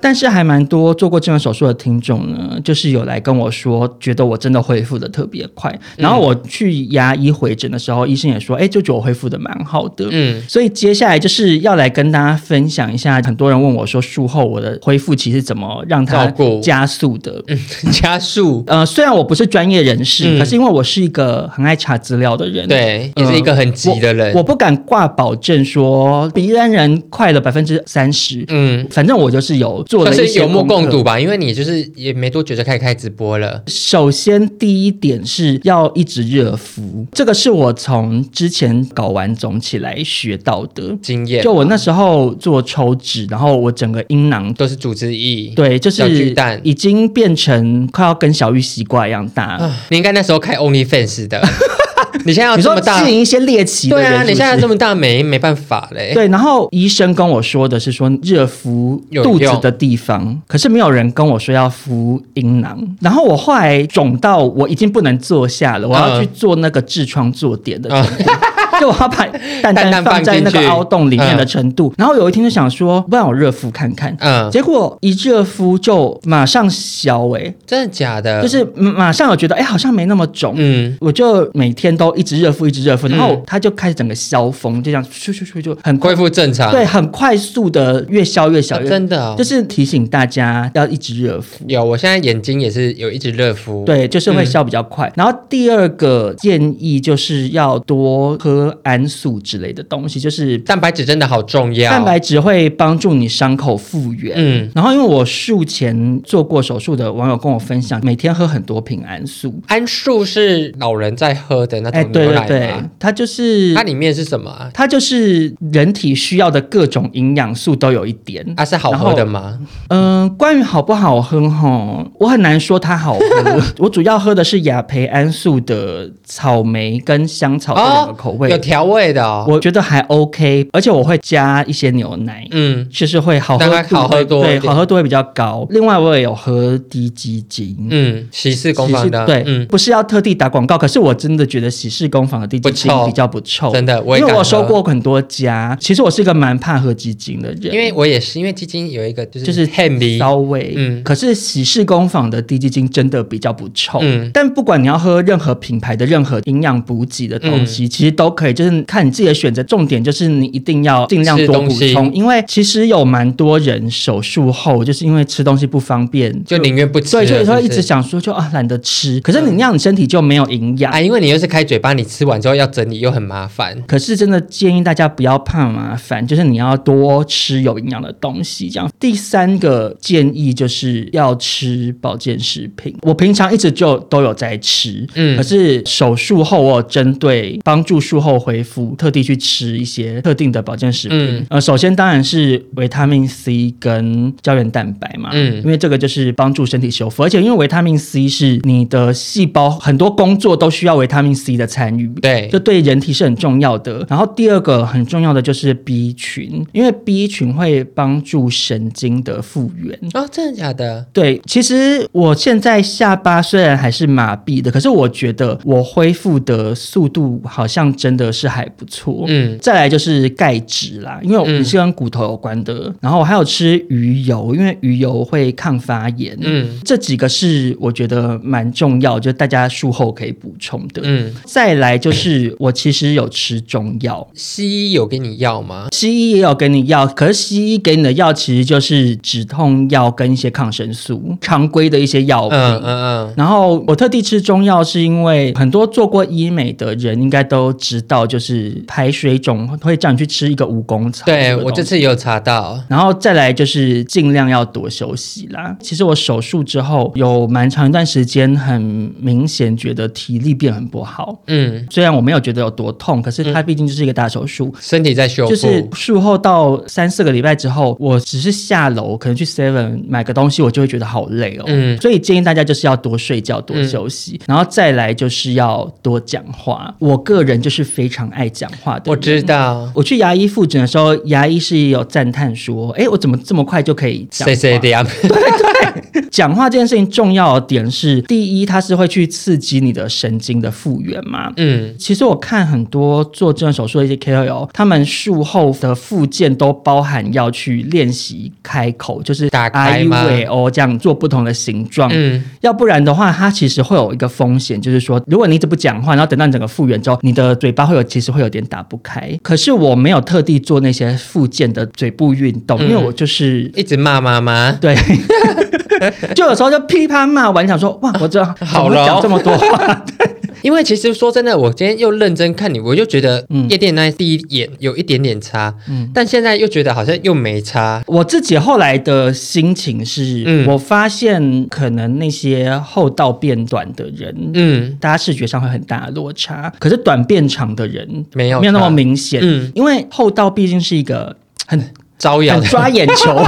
[SPEAKER 2] 但是还蛮多做过这种手术的听众呢，就是有来跟我说，觉得我真的恢复的特别快。
[SPEAKER 1] 嗯
[SPEAKER 2] 然后我去牙医回诊的时候，医生也说，哎，就觉得我恢复的蛮好的。
[SPEAKER 1] 嗯，
[SPEAKER 2] 所以接下来就是要来跟大家分享一下，很多人问我说，术后我的恢复期是怎么让它
[SPEAKER 1] 照顾
[SPEAKER 2] 加速的？
[SPEAKER 1] 加速，
[SPEAKER 2] 呃，虽然我不是专业人士，
[SPEAKER 1] 嗯
[SPEAKER 2] 可是因为我是一个很爱查资料的人，
[SPEAKER 1] 对，
[SPEAKER 2] 呃
[SPEAKER 1] 也是一个很急的人
[SPEAKER 2] 我，。我不敢挂保证说比一般人快了百分之三十，
[SPEAKER 1] 嗯，
[SPEAKER 2] 反正我就是有做了
[SPEAKER 1] 算
[SPEAKER 2] 一
[SPEAKER 1] 是
[SPEAKER 2] 些
[SPEAKER 1] 有目
[SPEAKER 2] 功
[SPEAKER 1] 共
[SPEAKER 2] 课
[SPEAKER 1] 睹。吧，因为你就是也没多久就开始开直播了。
[SPEAKER 2] 首先，第一点是要一直热敷，这个是我从之前搞完肿起来学到的。
[SPEAKER 1] 经验
[SPEAKER 2] 就我那时候做抽脂，然后我整个阴囊
[SPEAKER 1] 都是组织意义。
[SPEAKER 2] 对，就
[SPEAKER 1] 小巨
[SPEAKER 2] 是
[SPEAKER 1] 蛋
[SPEAKER 2] 已经变成快要跟小玉西瓜一样大。
[SPEAKER 1] 啊，你应该那时候开
[SPEAKER 2] <laughs>
[SPEAKER 1] OnlyFans 的，你现在要
[SPEAKER 2] 你
[SPEAKER 1] 这
[SPEAKER 2] 说
[SPEAKER 1] 么大
[SPEAKER 2] 吸，引一些猎奇的
[SPEAKER 1] 对
[SPEAKER 2] 人
[SPEAKER 1] 啊，你现在
[SPEAKER 2] 是不是
[SPEAKER 1] 这么大没没办法嘞。
[SPEAKER 2] 对，然后医生跟我说的是说热敷肚子的地方，可是没有人跟我说要敷阴囊。然后我后来肿到我已经不能坐下了，我要
[SPEAKER 1] 嗯
[SPEAKER 2] 去做那个痔疮坐垫的
[SPEAKER 1] 嗯
[SPEAKER 2] 程度。 <laughs> 就我要把蛋
[SPEAKER 1] 蛋
[SPEAKER 2] 蛋
[SPEAKER 1] 蛋
[SPEAKER 2] 放
[SPEAKER 1] 放
[SPEAKER 2] 在
[SPEAKER 1] 进
[SPEAKER 2] 那个
[SPEAKER 1] 去
[SPEAKER 2] 凹洞里面的
[SPEAKER 1] 嗯
[SPEAKER 2] 程度，然后有一天就想说，不然我热敷看看。
[SPEAKER 1] 嗯，
[SPEAKER 2] 结果一热敷就马上消哎、
[SPEAKER 1] 真的假的？
[SPEAKER 2] 就是马上有觉得哎、好像没那么肿，
[SPEAKER 1] 嗯，
[SPEAKER 2] 我就每天都一直热敷，一直热敷，然
[SPEAKER 1] 嗯
[SPEAKER 2] 后它就开始整个消风，就这样咻咻咻就很快
[SPEAKER 1] 恢复正常。
[SPEAKER 2] 对，
[SPEAKER 1] 啊，
[SPEAKER 2] 很快速的越消越小，越
[SPEAKER 1] 真的哦
[SPEAKER 2] 就是提醒大家要一直热敷。
[SPEAKER 1] 有，我现在眼睛也是有一直热敷。，
[SPEAKER 2] 对，就是会消比较
[SPEAKER 1] 嗯
[SPEAKER 2] 快。然后第二个建议就是要多喝氨素之类的东西，就是
[SPEAKER 1] 蛋白质真的好重要。
[SPEAKER 2] 蛋白质会帮助你伤口复原。
[SPEAKER 1] 嗯，
[SPEAKER 2] 然后因为我术前做过手术的网友跟我分享，每天喝很多瓶氨素。
[SPEAKER 1] 桉树是老人在喝的那
[SPEAKER 2] 哎，
[SPEAKER 1] 种
[SPEAKER 2] 对
[SPEAKER 1] 牛
[SPEAKER 2] 对
[SPEAKER 1] 奶
[SPEAKER 2] 对
[SPEAKER 1] 吗？，
[SPEAKER 2] 它就是
[SPEAKER 1] 它里面是什么啊？
[SPEAKER 2] 它就是人体需要的各种营养素都有一点。
[SPEAKER 1] 它啊是好
[SPEAKER 2] 然后
[SPEAKER 1] 喝的吗？
[SPEAKER 2] 嗯，关于好不好喝吼，我很难说它好
[SPEAKER 1] <laughs>
[SPEAKER 2] 喝。我主要喝的是雅培安素的草莓跟香草这两个口味，
[SPEAKER 1] 哦有调味的哦。
[SPEAKER 2] 我觉得还 OK，而且我会加一些牛奶。
[SPEAKER 1] 嗯，
[SPEAKER 2] 就是会好喝
[SPEAKER 1] 大概
[SPEAKER 2] 度会，
[SPEAKER 1] 好喝多一
[SPEAKER 2] 对，
[SPEAKER 1] 点
[SPEAKER 2] 好喝度会比较高。另外，我也有喝低基精，
[SPEAKER 1] 嗯，喜事工
[SPEAKER 2] 喜
[SPEAKER 1] 坊
[SPEAKER 2] 事
[SPEAKER 1] 的，
[SPEAKER 2] 对，
[SPEAKER 1] 嗯，
[SPEAKER 2] 不是要特地打广告，可是我真的觉得喜事工坊的低基精
[SPEAKER 1] 不臭
[SPEAKER 2] 比较不臭，
[SPEAKER 1] 真的我也
[SPEAKER 2] 因为
[SPEAKER 1] 敢
[SPEAKER 2] 我收
[SPEAKER 1] 喝
[SPEAKER 2] 过很多家。其实我是一个蛮怕喝鸡精的人，
[SPEAKER 1] 因为我也是，因为基金有一个就是
[SPEAKER 2] 就是
[SPEAKER 1] 很迷，
[SPEAKER 2] 稍微，
[SPEAKER 1] 嗯
[SPEAKER 2] 嗯，可是喜事工坊的低基精真的比较不臭，
[SPEAKER 1] 嗯
[SPEAKER 2] 嗯，但不管你要喝任何品牌的任何营养补给的东
[SPEAKER 1] 嗯
[SPEAKER 2] 西，其实都可以，就是看你自己的选择。重点就是你一定要尽量
[SPEAKER 1] 吃
[SPEAKER 2] 多
[SPEAKER 1] 东
[SPEAKER 2] 补
[SPEAKER 1] 西
[SPEAKER 2] 充，因为其实有蛮多人手术后就是因为吃东西不方便，
[SPEAKER 1] 就宁愿不吃
[SPEAKER 2] 所
[SPEAKER 1] 了。
[SPEAKER 2] 以就是
[SPEAKER 1] 不嗯
[SPEAKER 2] 会一直想说就啊懒得吃，可是你那样你身体就没有营养。
[SPEAKER 1] 啊，因为你又是开嘴巴，你吃完之后要整理又很麻烦。
[SPEAKER 2] 可是真的建议大家不要怕麻烦，就是你要多吃有营养的东西。这样，第三个建议就是要吃保健食品。我平常一直就都有在吃，
[SPEAKER 1] 嗯
[SPEAKER 2] 嗯，可是手术后我有针对帮助术后恢复，特地去吃一些特定的保健食品。
[SPEAKER 1] 嗯
[SPEAKER 2] 呃，首先当然是维他命 C 跟胶原蛋白嘛，
[SPEAKER 1] 嗯
[SPEAKER 2] 嗯，因为这个就是帮助身体修复，而且因为维他命 C 是你的细胞很多工作都需要维他命 C 的参与，
[SPEAKER 1] 对
[SPEAKER 2] 就对人体是很重要的。然后第二个很重要的就是 B 群，因为 B 群会帮助神经的复原。
[SPEAKER 1] 哦，真的假的？
[SPEAKER 2] 对，其实我现在下巴虽然还是麻痹的，可是我觉得我恢复的速度好像真的是还不错。
[SPEAKER 1] 嗯
[SPEAKER 2] 再来就是钙质啦，因为我
[SPEAKER 1] 嗯
[SPEAKER 2] 们是跟骨头有关的。然后我还有吃鱼油，因为鱼油会抗发炎。
[SPEAKER 1] 嗯
[SPEAKER 2] 这几个是我觉得蛮重要，就大家术后可以补充的。
[SPEAKER 1] 嗯，
[SPEAKER 2] 再来就是我其实有吃中药，
[SPEAKER 1] 西医有给你药吗？
[SPEAKER 2] 西医也有给你药，可是西医给你的药其实就是止痛药跟一些抗生素，常规的一些药品。
[SPEAKER 1] 嗯嗯
[SPEAKER 2] 然后我特地吃中药，是因为很多做过医美的人应该都知道，就是排水肿会叫你去吃一个蜈蚣草。
[SPEAKER 1] 嗯，对我这
[SPEAKER 2] 这
[SPEAKER 1] 次也有查到，
[SPEAKER 2] 然后再来就是尽量要多休息啦。其实我手术之后有蛮长一段时间，很明显觉得体力变很不好。
[SPEAKER 1] 嗯，
[SPEAKER 2] 虽然我没有觉得有多痛，可是它毕竟就是一个大手术。
[SPEAKER 1] 身体在修复，
[SPEAKER 2] 就是术后到三四个礼拜之后，我只是下楼可能去 Seven 买个东西，我就会觉得好累哦。
[SPEAKER 1] 嗯
[SPEAKER 2] 所以建议大家就是要多睡觉、多休息，然后再来就是要多讲话。我个人就是非常爱讲话的人。
[SPEAKER 1] 我知道，
[SPEAKER 2] 我去牙医复诊的 <laughs> 时候，牙医是有赞叹说：“哎，我怎么这么快就可以讲话？”
[SPEAKER 1] 谁谁的呀？
[SPEAKER 2] 讲话这件事情重要的点是，第一，它是会去刺激你的神经的复原嘛。
[SPEAKER 1] 嗯，
[SPEAKER 2] 其实我看很多做这种手术的一些 KOL，他们术后的复健都包含要去练习开口，就是
[SPEAKER 1] 打开
[SPEAKER 2] I
[SPEAKER 1] 吗
[SPEAKER 2] U A O 这样做不同的形状。
[SPEAKER 1] 嗯，
[SPEAKER 2] 要不然的话，它其实会有一个风险，就是说，如果你一直不讲话，然后等到你整个复原之后，你的嘴巴会有其实会有点打不开。可是我没有特地做那些复健的嘴部运动，
[SPEAKER 1] 嗯
[SPEAKER 2] 因为我就是
[SPEAKER 1] 一直骂妈妈，
[SPEAKER 2] 对， <laughs> 就有时候就噼里啪啦骂完，想说哇，我这
[SPEAKER 1] 好了
[SPEAKER 2] 了，讲这么多话，
[SPEAKER 1] 因为其实说真的，我今天又认真看你，我就觉得
[SPEAKER 2] 嗯
[SPEAKER 1] 夜店那第一眼有一点点差，但现在又觉得好像又没差，
[SPEAKER 2] 我自己后来的心情是，
[SPEAKER 1] 嗯
[SPEAKER 2] 我发现可能那些后道变短的人，
[SPEAKER 1] 嗯，
[SPEAKER 2] 大家视觉上会很大的落差，可是短变长的人
[SPEAKER 1] 没有
[SPEAKER 2] 没有那
[SPEAKER 1] 差
[SPEAKER 2] 么明显，
[SPEAKER 1] 嗯
[SPEAKER 2] 因为后道毕竟是一个很
[SPEAKER 1] 招摇
[SPEAKER 2] 很
[SPEAKER 1] 的，
[SPEAKER 2] 抓眼球。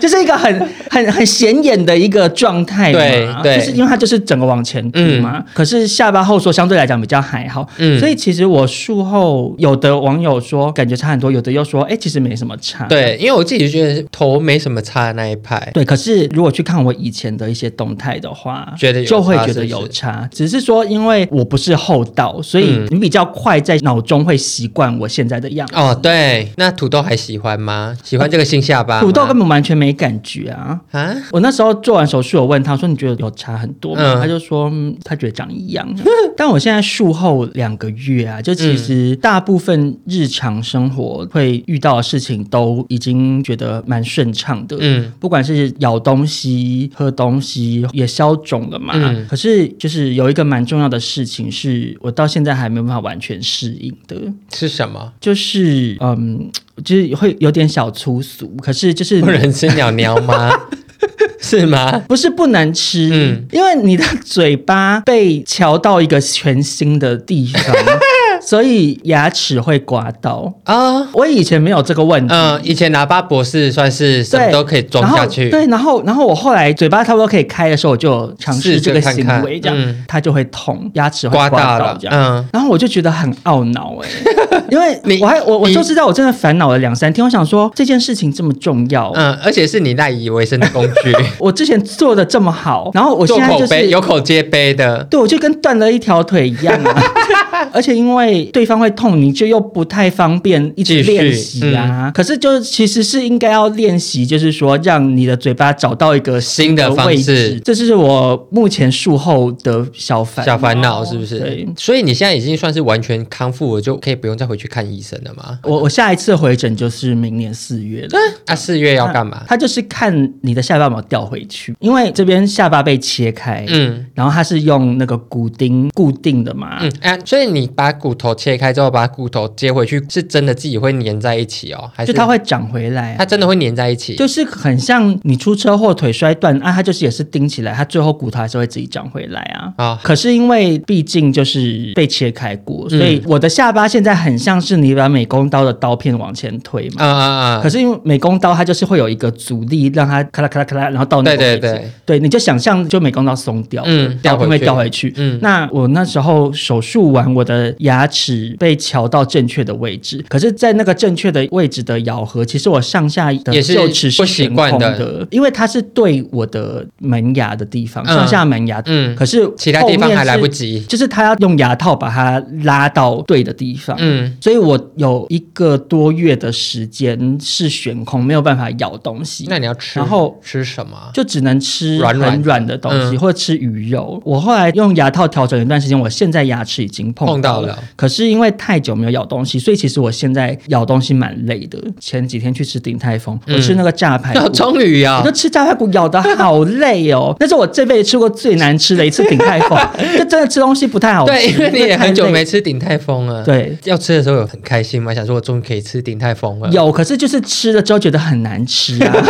[SPEAKER 2] 就是一个很很很显眼的一个状态嘛，
[SPEAKER 1] 对对
[SPEAKER 2] 就是因为它就是整个往前凸嘛。可是下巴后缩相对来讲比较还好，
[SPEAKER 1] 嗯
[SPEAKER 2] 所以其实我术后有的网友说感觉差很多，有的又说哎、其实没什么差。
[SPEAKER 1] <laughs> 对，因为我自己就觉得头没什么差的那一派，
[SPEAKER 2] 对，可是如果去看我以前的一些动态的话，
[SPEAKER 1] 觉得有
[SPEAKER 2] 就会
[SPEAKER 1] 差
[SPEAKER 2] 觉
[SPEAKER 1] 是
[SPEAKER 2] 得
[SPEAKER 1] 不
[SPEAKER 2] 有
[SPEAKER 1] 是
[SPEAKER 2] 差，只是说因为我不是后道，所以
[SPEAKER 1] 嗯
[SPEAKER 2] 你比较快在脑中会习惯我现在的样子。
[SPEAKER 1] 哦，对，那土豆还喜欢吗？喜欢这个新下巴吗？
[SPEAKER 2] <laughs> 土豆根本完全没感觉啊！
[SPEAKER 1] 啊，
[SPEAKER 2] 我那时候做完手术，我问他说：“你觉得有差很多吗？”
[SPEAKER 1] 嗯
[SPEAKER 2] 他就说、嗯他觉得长一样。 <laughs> 但我现在术后两个月啊，就其
[SPEAKER 1] 嗯
[SPEAKER 2] 实大部分日常生活会遇到的事情都已经觉得蛮顺畅的。
[SPEAKER 1] 嗯，
[SPEAKER 2] 不管是咬东西、喝东西，也消肿了嘛。
[SPEAKER 1] 嗯
[SPEAKER 2] 可是就是有一个蛮重要的事情是，我到现在还没有办法完全适应的，
[SPEAKER 1] 是什么？
[SPEAKER 2] 就是嗯，就是会有点小粗俗，可是就是
[SPEAKER 1] 不能吃鸟鸟
[SPEAKER 2] <laughs>
[SPEAKER 1] 吗？是吗？
[SPEAKER 2] 不是不能吃，
[SPEAKER 1] 嗯
[SPEAKER 2] 因为你的嘴巴被瞧到一个全新的地
[SPEAKER 1] <laughs>
[SPEAKER 2] 方，所以牙齿会刮到。
[SPEAKER 1] 啊、
[SPEAKER 2] 我以前没有这个问题。
[SPEAKER 1] 嗯，以前喇叭博士算是什么
[SPEAKER 2] 对，
[SPEAKER 1] 都可以装下去，
[SPEAKER 2] 然后对，然后然后我后来嘴巴差不多可以开的时候，我就有尝试
[SPEAKER 1] 试
[SPEAKER 2] 这
[SPEAKER 1] 着
[SPEAKER 2] 个
[SPEAKER 1] 看
[SPEAKER 2] 行
[SPEAKER 1] 看
[SPEAKER 2] 为，这样、
[SPEAKER 1] 嗯
[SPEAKER 2] 它就会痛，牙齿会
[SPEAKER 1] 刮
[SPEAKER 2] 到
[SPEAKER 1] 大了
[SPEAKER 2] 这，样。
[SPEAKER 1] 嗯，
[SPEAKER 2] 然后我就觉得很懊恼
[SPEAKER 1] <laughs>
[SPEAKER 2] 哎、因为
[SPEAKER 1] 你
[SPEAKER 2] 我还我我
[SPEAKER 1] 你
[SPEAKER 2] 说实在，我真的烦恼了两三天。我想说这件事情这么重要，
[SPEAKER 1] 嗯，而且是你赖以为生的工具，
[SPEAKER 2] 我之前做的这么好，然 <laughs> 后我现
[SPEAKER 1] 做
[SPEAKER 2] 在
[SPEAKER 1] 口
[SPEAKER 2] 就
[SPEAKER 1] 碑
[SPEAKER 2] 是
[SPEAKER 1] 有口皆碑的，
[SPEAKER 2] 对，我就跟断了一条腿一样 <laughs> 啊！而且因为对方会痛，你就又不太方便一直
[SPEAKER 1] 继续
[SPEAKER 2] 练习啊。可是就其实是应该要练习，就是说让你的嘴巴找到一个
[SPEAKER 1] 新的方
[SPEAKER 2] 位置
[SPEAKER 1] 式。
[SPEAKER 2] 这是我目前术后的小烦
[SPEAKER 1] 小烦恼是不是
[SPEAKER 2] 对？
[SPEAKER 1] 所以你现在已经算是完全康复了，就可以不用再回去看医生了
[SPEAKER 2] <laughs>
[SPEAKER 1] 吗？
[SPEAKER 2] 我我下一次回诊就是明年四月了。
[SPEAKER 1] 啊，四月要干嘛？
[SPEAKER 2] 他就是看你的下巴有没有掉回去，因为这边下巴被切开，
[SPEAKER 1] 嗯
[SPEAKER 2] 然后它是用那个骨钉固定的嘛，
[SPEAKER 1] 嗯，哎、所以你把骨头切开之后，把骨头接回去，是真的自己会粘在一起哦，还
[SPEAKER 2] 就是它会长回来啊、
[SPEAKER 1] 它真的会粘在一起？
[SPEAKER 2] 就是很像你出车祸腿摔断啊，它就是也是钉起来，它最后骨头还是会自己长回来啊。
[SPEAKER 1] 啊
[SPEAKER 2] 可是因为毕竟就是被切开过，所以我的下巴现在很像是你把美工刀的刀片往前推嘛。
[SPEAKER 1] 啊啊
[SPEAKER 2] 可
[SPEAKER 1] 啊！
[SPEAKER 2] 是因为美工刀它就是会有一个阻力，让它咔啦咔啦咔啦，然后到那个
[SPEAKER 1] 对对
[SPEAKER 2] 位置
[SPEAKER 1] 对，
[SPEAKER 2] 对，你就想象就美工刀松掉了，
[SPEAKER 1] 嗯
[SPEAKER 2] 然后
[SPEAKER 1] 掉回
[SPEAKER 2] 会
[SPEAKER 1] 去
[SPEAKER 2] 掉回去。
[SPEAKER 1] 嗯
[SPEAKER 2] 那我那时候手术完，我的牙齿被瞧到正确的位置，可是，在那个正确的位置的咬合，其实我上下的
[SPEAKER 1] 也是
[SPEAKER 2] 臼齿是
[SPEAKER 1] 不习
[SPEAKER 2] 悬
[SPEAKER 1] 惯
[SPEAKER 2] 空
[SPEAKER 1] 的
[SPEAKER 2] 的，因为它是对我的门牙的地方，
[SPEAKER 1] 嗯
[SPEAKER 2] 上下门牙。
[SPEAKER 1] 嗯，
[SPEAKER 2] 可是
[SPEAKER 1] 其他地
[SPEAKER 2] 后
[SPEAKER 1] 方
[SPEAKER 2] 面
[SPEAKER 1] 还来
[SPEAKER 2] 是
[SPEAKER 1] 不及。
[SPEAKER 2] 就是他要用牙套把它拉到对的地方。
[SPEAKER 1] 嗯，
[SPEAKER 2] 所以我有一个多月的时间是悬空，没有办法咬东西。
[SPEAKER 1] 那你要吃，
[SPEAKER 2] 然后
[SPEAKER 1] 吃什么？
[SPEAKER 2] 就只能吃
[SPEAKER 1] 软
[SPEAKER 2] 很
[SPEAKER 1] 软的
[SPEAKER 2] 软的东西，
[SPEAKER 1] 嗯
[SPEAKER 2] 或者吃鱼肉。我后来用牙套调整一段时间，我现在牙齿已经碰
[SPEAKER 1] 碰到
[SPEAKER 2] 了。
[SPEAKER 1] 了
[SPEAKER 2] 可是因为太久没有咬东西，所以其实我现在咬东西蛮累的。前几天去吃鼎泰丰，
[SPEAKER 1] 嗯
[SPEAKER 2] 我吃那个炸排
[SPEAKER 1] <laughs> 要
[SPEAKER 2] 骨，
[SPEAKER 1] 终于啊
[SPEAKER 2] 我
[SPEAKER 1] 呀
[SPEAKER 2] 就，吃炸排骨咬得好累
[SPEAKER 1] <laughs>
[SPEAKER 2] 哦，那是我这辈子吃过最难吃的一次鼎泰丰，就真的吃东西不太好吃。
[SPEAKER 1] 对，因为你也很久没
[SPEAKER 2] 吃。
[SPEAKER 1] 吃鼎泰丰了。，
[SPEAKER 2] 对，
[SPEAKER 1] 要吃的时候有很开心吗？想说我终于可以吃鼎泰丰了。，
[SPEAKER 2] 有，可是就是吃了之后觉得很难吃
[SPEAKER 1] <laughs>
[SPEAKER 2] 啊。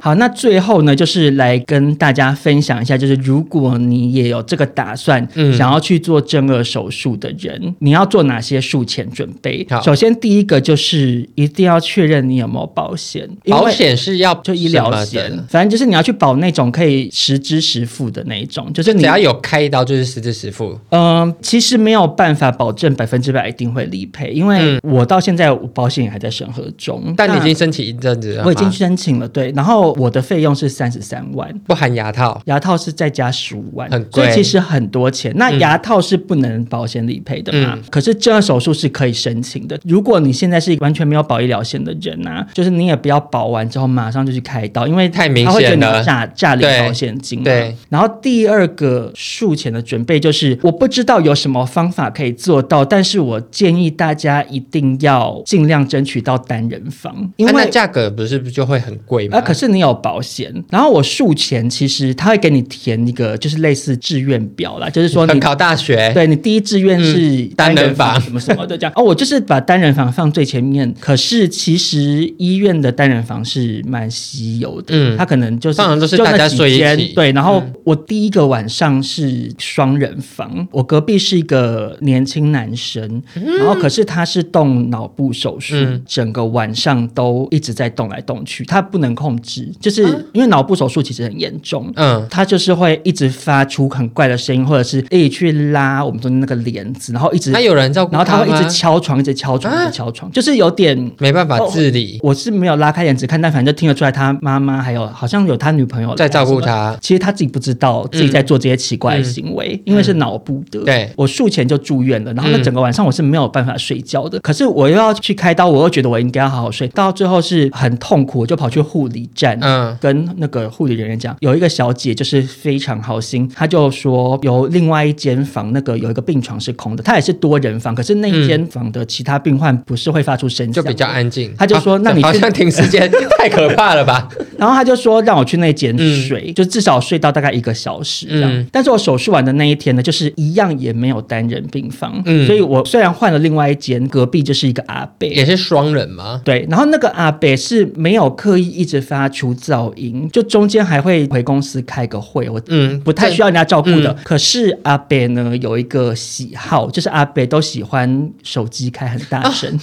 [SPEAKER 2] 好，那最后呢，就是来跟大家分享一下，就是如果你也有这个打算，
[SPEAKER 1] 嗯
[SPEAKER 2] 想要去做正颌手术的人，你要做哪些术前准备
[SPEAKER 1] 好？
[SPEAKER 2] 首先第一个就是一定要确认你有没有保险，因为
[SPEAKER 1] 保险是要
[SPEAKER 2] 就医
[SPEAKER 1] 什
[SPEAKER 2] 疗
[SPEAKER 1] 么的
[SPEAKER 2] 险，反正就是你要去保那种可以实支实付的那一种，就是
[SPEAKER 1] 就
[SPEAKER 2] 你
[SPEAKER 1] 只要有开刀就是实支实付。
[SPEAKER 2] 嗯，其实没有办法保证百分之百一定会理赔，因为我到现在我保险也还在审核中。
[SPEAKER 1] 嗯但你已
[SPEAKER 2] 那
[SPEAKER 1] 经申请一阵子了吗，
[SPEAKER 2] 嗯我已经申请了，对，然后我的费用是三十三万。
[SPEAKER 1] 不含牙套，
[SPEAKER 2] 牙套是再加十五万
[SPEAKER 1] 很，贵
[SPEAKER 2] 所以其实很多钱。那牙套是不能保险理赔的嘛？
[SPEAKER 1] 嗯
[SPEAKER 2] 可是这个手术是可以申请的。如果你现在是完全没有保医疗险的人啊，就是你也不要保完之后马上就去开刀，因为
[SPEAKER 1] 太明
[SPEAKER 2] 他会觉得
[SPEAKER 1] 显
[SPEAKER 2] 你
[SPEAKER 1] 了
[SPEAKER 2] 诈诈领
[SPEAKER 1] 对
[SPEAKER 2] 保险金嘛。
[SPEAKER 1] 对
[SPEAKER 2] 然后第二个术前的准备就是，我不知道有什么方法可以做到，但是我建议大家一定要尽量争取到单人房，因
[SPEAKER 1] 啊
[SPEAKER 2] 为
[SPEAKER 1] 那价格不是就会很贵吗？
[SPEAKER 2] 啊，可是你有保险，然后我术前其实他会给你填一个就是类似志愿表啦，就是说
[SPEAKER 1] 很
[SPEAKER 2] 你。
[SPEAKER 1] 考大学，
[SPEAKER 2] 对你第一志愿是
[SPEAKER 1] 嗯单人房
[SPEAKER 2] 什么什么的这样 <laughs> 哦，我就是把单人房放最前面。可是其实医院的单人房是蛮稀有的，
[SPEAKER 1] 嗯
[SPEAKER 2] 它可能就是
[SPEAKER 1] 通常都是
[SPEAKER 2] 就那
[SPEAKER 1] 大家
[SPEAKER 2] 几
[SPEAKER 1] 睡一
[SPEAKER 2] 间
[SPEAKER 1] 起嗯
[SPEAKER 2] 对，然后我第一个晚上是双人房，我隔壁是一个年轻男生，然后可是他是动脑部手术，
[SPEAKER 1] 嗯
[SPEAKER 2] 整个晚上都一直在动来动去，他不能控制，就是
[SPEAKER 1] 啊
[SPEAKER 2] 因为脑部手术其实很严重。
[SPEAKER 1] 嗯，
[SPEAKER 2] 他就是会一直发出很怪的声音，或者是一直去拉我们中间那个帘子，然后一直，
[SPEAKER 1] 那有人照顾
[SPEAKER 2] 然后他会一
[SPEAKER 1] 吗
[SPEAKER 2] 直敲床，一直敲床，一
[SPEAKER 1] 啊
[SPEAKER 2] 直敲床，就是有点
[SPEAKER 1] 没办法自理，
[SPEAKER 2] 我是没有拉开帘子看，但反正就听得出来，他妈妈还有好像有他女朋友来
[SPEAKER 1] 在照顾
[SPEAKER 2] 什么的。
[SPEAKER 1] 他。
[SPEAKER 2] 其实他自己不知道自己在做这些奇怪的行为，因为是脑部的。
[SPEAKER 1] 嗯对
[SPEAKER 2] 我术前就住院了，然后那
[SPEAKER 1] 嗯
[SPEAKER 2] 整个晚上我是没有办法睡觉的。可是我又要去开刀，我又觉得我应该要好好睡，到最后是很痛苦，我就跑去护理站，
[SPEAKER 1] 嗯
[SPEAKER 2] 跟那个护理人员讲，有一个小姐就是非常好心，她就说有另外一间房，那个有一个病床是空的，她也是多人房，可是那一间房的其他病患不是会发出声响，
[SPEAKER 1] 嗯就比较安静，
[SPEAKER 2] 他就说
[SPEAKER 1] 啊
[SPEAKER 2] 那你
[SPEAKER 1] 好
[SPEAKER 2] 去
[SPEAKER 1] 像停时
[SPEAKER 2] <laughs>
[SPEAKER 1] 间太可怕了吧？
[SPEAKER 2] 然后他就说让我去那间睡，就至少睡到大概一个小时这样。
[SPEAKER 1] 嗯
[SPEAKER 2] 但是我手术完的那一天呢，就是一样也没有单人病房，
[SPEAKER 1] 嗯
[SPEAKER 2] 所以我虽然换了另外一间，隔壁就是一个阿伯。
[SPEAKER 1] 也是双人吗？
[SPEAKER 2] 对，然后那个阿伯是没有刻意一直发出噪音，就中间还会回公司开个会，我
[SPEAKER 1] 嗯，
[SPEAKER 2] 不太需
[SPEAKER 1] 要。
[SPEAKER 2] 要人家照顾的。可是阿伯呢有一个喜好，就是阿伯都喜欢手机开很大声，
[SPEAKER 1] 啊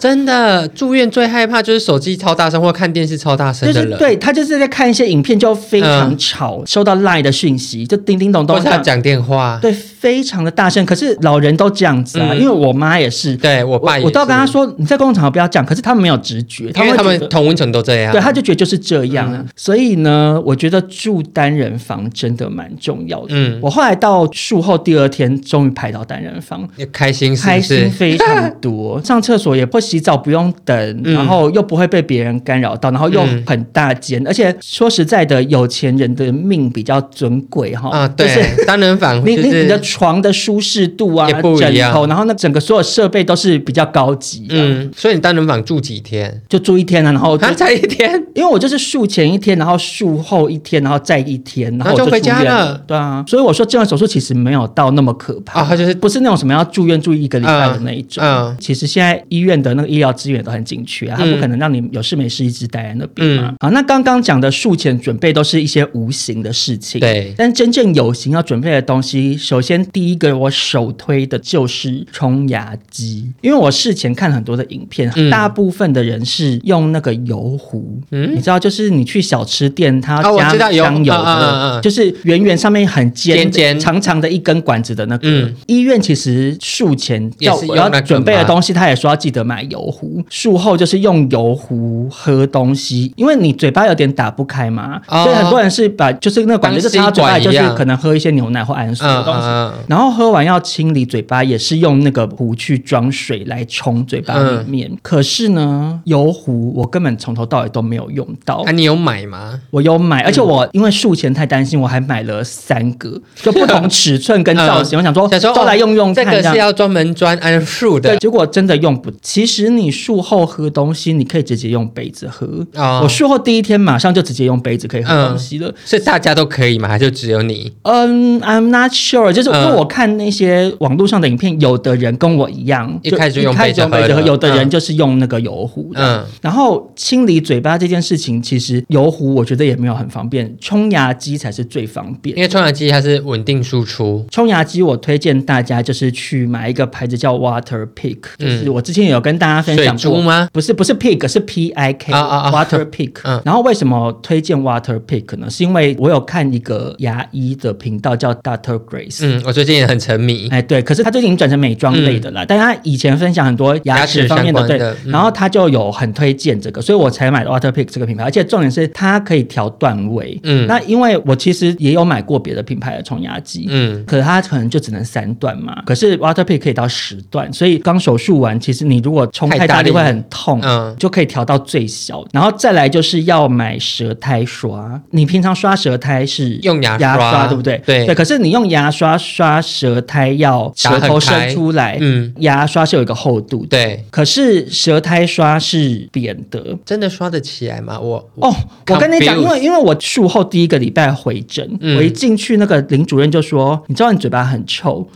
[SPEAKER 1] 真的，住院最害怕就是手机超大声或看电视超大声
[SPEAKER 2] 就
[SPEAKER 1] 的
[SPEAKER 2] 是
[SPEAKER 1] 人，，
[SPEAKER 2] 对他就是在看一些影片就非常吵，收到 Line 的讯息就叮叮咚
[SPEAKER 1] 或
[SPEAKER 2] 咚
[SPEAKER 1] 是
[SPEAKER 2] 这
[SPEAKER 1] 他
[SPEAKER 2] 样，
[SPEAKER 1] 讲电话。
[SPEAKER 2] 对，非常的大声。可是老人都这样子啊，
[SPEAKER 1] 嗯
[SPEAKER 2] 因为我妈也是，
[SPEAKER 1] 对我
[SPEAKER 2] 我
[SPEAKER 1] 爸也是，
[SPEAKER 2] 我都要跟他说你在公共场合不要这样，可是他们没有直觉，
[SPEAKER 1] 因为
[SPEAKER 2] 会觉
[SPEAKER 1] 他们
[SPEAKER 2] 得。
[SPEAKER 1] 同温层都这样。
[SPEAKER 2] 对，他就觉得就是这样
[SPEAKER 1] 嗯
[SPEAKER 2] 啊，所以呢，我觉得住单人房真的蛮重要的。
[SPEAKER 1] 嗯
[SPEAKER 2] 我后来到术后第二天，终于排到单人房，
[SPEAKER 1] 也开心是
[SPEAKER 2] 开
[SPEAKER 1] 不
[SPEAKER 2] 心
[SPEAKER 1] 是？
[SPEAKER 2] 非常
[SPEAKER 1] <laughs>
[SPEAKER 2] 多，上厕所也不洗澡，不用等，
[SPEAKER 1] 嗯
[SPEAKER 2] 然后又不会被别人干扰到，然后又
[SPEAKER 1] 嗯
[SPEAKER 2] 很大间，而且说实在的，有钱人的命比较尊贵哈，
[SPEAKER 1] 啊，
[SPEAKER 2] 哦就是
[SPEAKER 1] 对，单人房
[SPEAKER 2] 你
[SPEAKER 1] 就
[SPEAKER 2] 你你的
[SPEAKER 1] 是
[SPEAKER 2] 床的舒适度啊，
[SPEAKER 1] 也不一
[SPEAKER 2] 枕
[SPEAKER 1] 样
[SPEAKER 2] 头，然后那整个所有设备都是比较高级的，
[SPEAKER 1] 嗯，所以你单人房住几天？
[SPEAKER 2] 就住一天啊，然后就
[SPEAKER 1] 啊，才一天，
[SPEAKER 2] 因为我就是术前一天，然后术后一天，然后再一天，然后
[SPEAKER 1] 那就
[SPEAKER 2] 我
[SPEAKER 1] 回
[SPEAKER 2] 出
[SPEAKER 1] 家
[SPEAKER 2] 院
[SPEAKER 1] 了
[SPEAKER 2] 对啊，所以我说这样手术其实没有到那么可怕
[SPEAKER 1] 啊它就是
[SPEAKER 2] 不哦是那种什么要住院住一个礼拜的
[SPEAKER 1] 嗯
[SPEAKER 2] 那一种。
[SPEAKER 1] 嗯
[SPEAKER 2] 其实现在医院的那个医疗资源都很紧缺啊，他
[SPEAKER 1] 嗯
[SPEAKER 2] 不可能让你有事没事一直待在那边嘛。
[SPEAKER 1] 嗯
[SPEAKER 2] 好，那刚刚讲的术前准备都是一些无形的事情，
[SPEAKER 1] 对
[SPEAKER 2] 但真正有形要准备的东西，首先第一个我首推的就是冲牙机，因为我事前看很多的影片，
[SPEAKER 1] 嗯
[SPEAKER 2] 大部分的人是用那个油壶，
[SPEAKER 1] 嗯
[SPEAKER 2] 你知道，就是你去小吃店，它
[SPEAKER 1] 哦我
[SPEAKER 2] 加
[SPEAKER 1] 知道油
[SPEAKER 2] 香油的，
[SPEAKER 1] 嗯嗯嗯嗯
[SPEAKER 2] 就是圆圆上面很尖的
[SPEAKER 1] 尖尖
[SPEAKER 2] 长长的一根管子的那个。
[SPEAKER 1] 嗯
[SPEAKER 2] 医院其实术前
[SPEAKER 1] 也
[SPEAKER 2] 要
[SPEAKER 1] 是
[SPEAKER 2] 我
[SPEAKER 1] 用
[SPEAKER 2] 要
[SPEAKER 1] 那个
[SPEAKER 2] 准备的
[SPEAKER 1] 吗
[SPEAKER 2] 东西，他也说要记得买油壶，术后就是用油壶喝东西，因为你嘴巴有点打不开嘛，
[SPEAKER 1] 哦
[SPEAKER 2] 所以很多人是把就是那个管子就插到嘴巴里，就
[SPEAKER 1] 当吸管一
[SPEAKER 2] 是
[SPEAKER 1] 样
[SPEAKER 2] 可能喝一些牛奶或氨水的
[SPEAKER 1] 嗯
[SPEAKER 2] 东西。
[SPEAKER 1] 嗯嗯
[SPEAKER 2] 然后喝完要清理嘴巴，也是用那个壶去装水来冲嘴巴
[SPEAKER 1] 嗯
[SPEAKER 2] 里面。可是呢，油壶我根本从头到尾都没有用到
[SPEAKER 1] 嗯，啊，。你有买吗？
[SPEAKER 2] 我有
[SPEAKER 1] 嗯
[SPEAKER 2] 买，而且我因为术前太担心，我还买了三个，
[SPEAKER 1] <laughs>
[SPEAKER 2] 就不同尺寸跟造型。我想说，
[SPEAKER 1] 嗯想说
[SPEAKER 2] 哦
[SPEAKER 1] 哦
[SPEAKER 2] 都来用用
[SPEAKER 1] 这
[SPEAKER 2] 看，
[SPEAKER 1] 个
[SPEAKER 2] 样
[SPEAKER 1] 是要专门专安数
[SPEAKER 2] 对，
[SPEAKER 1] 的，
[SPEAKER 2] 结果真的用不。其实你术后喝东西，你可以直接用杯子喝。
[SPEAKER 1] 哦嗯
[SPEAKER 2] 我术后第一天马上就直接用杯子可以喝东西了。
[SPEAKER 1] 是大家都可以吗？还是只有你？
[SPEAKER 2] 嗯、i m not sure，就是因为
[SPEAKER 1] 嗯
[SPEAKER 2] 我看那些网络上的影片，有的人跟我一样，
[SPEAKER 1] 一开始就
[SPEAKER 2] 一
[SPEAKER 1] 用
[SPEAKER 2] 开
[SPEAKER 1] 杯
[SPEAKER 2] 始
[SPEAKER 1] 子
[SPEAKER 2] 用杯
[SPEAKER 1] 喝
[SPEAKER 2] 子喝，
[SPEAKER 1] 了
[SPEAKER 2] 有的人
[SPEAKER 1] 嗯
[SPEAKER 2] 就是用那个油壶。嗯，
[SPEAKER 1] 嗯，
[SPEAKER 2] 然后清理嘴巴这件事情，其实油壶我觉得也没有很方便，冲牙机才是最方便
[SPEAKER 1] 因。为冲牙机它是稳定输出，
[SPEAKER 2] 冲牙机，我推荐大家就是去买一个牌子叫 Water Pick，就是我之前有跟大家分享
[SPEAKER 1] 嗯水珠
[SPEAKER 2] 过。
[SPEAKER 1] 吗？
[SPEAKER 2] 不是不是 pick 是 p i k
[SPEAKER 1] 啊啊啊
[SPEAKER 2] water pick，、
[SPEAKER 1] <laughs> 嗯
[SPEAKER 2] 然后为什么推荐 water pick 呢？是因为我有看一个牙医的频道叫 Doctor Grace，、
[SPEAKER 1] 嗯，我最近也很沉迷。
[SPEAKER 2] 哎对，可是他最近转成美妆类的啦，但他以前分享很多牙齿方面
[SPEAKER 1] 嗯牙齿相关
[SPEAKER 2] 对，
[SPEAKER 1] 的嗯
[SPEAKER 2] 然后他就有很推荐这个，所以我才买 water pick 这个品牌，而且重点是它可以调段位，
[SPEAKER 1] 嗯
[SPEAKER 2] 那因为我其实也有买过别的品牌的冲牙机，
[SPEAKER 1] 嗯，
[SPEAKER 2] 可是它可能就只能三段嘛，可是 Water Pick 可以到十段，所以刚手术完，其实你如果冲太
[SPEAKER 1] 太
[SPEAKER 2] 大
[SPEAKER 1] 大力
[SPEAKER 2] 力会很痛，
[SPEAKER 1] 嗯
[SPEAKER 2] 就可以调到最小。然后再来就是要买舌苔刷，你平常刷舌苔是
[SPEAKER 1] 用牙
[SPEAKER 2] 牙
[SPEAKER 1] 刷
[SPEAKER 2] 对不对？
[SPEAKER 1] 对
[SPEAKER 2] 可是你用牙刷刷舌苔要舌头
[SPEAKER 1] 打很开
[SPEAKER 2] 伸出来，
[SPEAKER 1] 嗯，
[SPEAKER 2] 牙刷是有一个厚度的，
[SPEAKER 1] 对，
[SPEAKER 2] 可是舌苔刷是扁的，
[SPEAKER 1] 真的刷得起来吗？我
[SPEAKER 2] 哦，我跟你讲，因
[SPEAKER 1] confused
[SPEAKER 2] 为因为我术后第一个礼拜回诊，
[SPEAKER 1] 嗯
[SPEAKER 2] 我一进去，那个林主任就说：“你知道你嘴巴很
[SPEAKER 1] <laughs>
[SPEAKER 2] 臭。”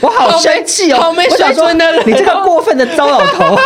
[SPEAKER 2] 我好生气哦，
[SPEAKER 1] 好没
[SPEAKER 2] 我想说
[SPEAKER 1] 水准的人哦
[SPEAKER 2] 你这个过分的糟老
[SPEAKER 1] <laughs>
[SPEAKER 2] 头。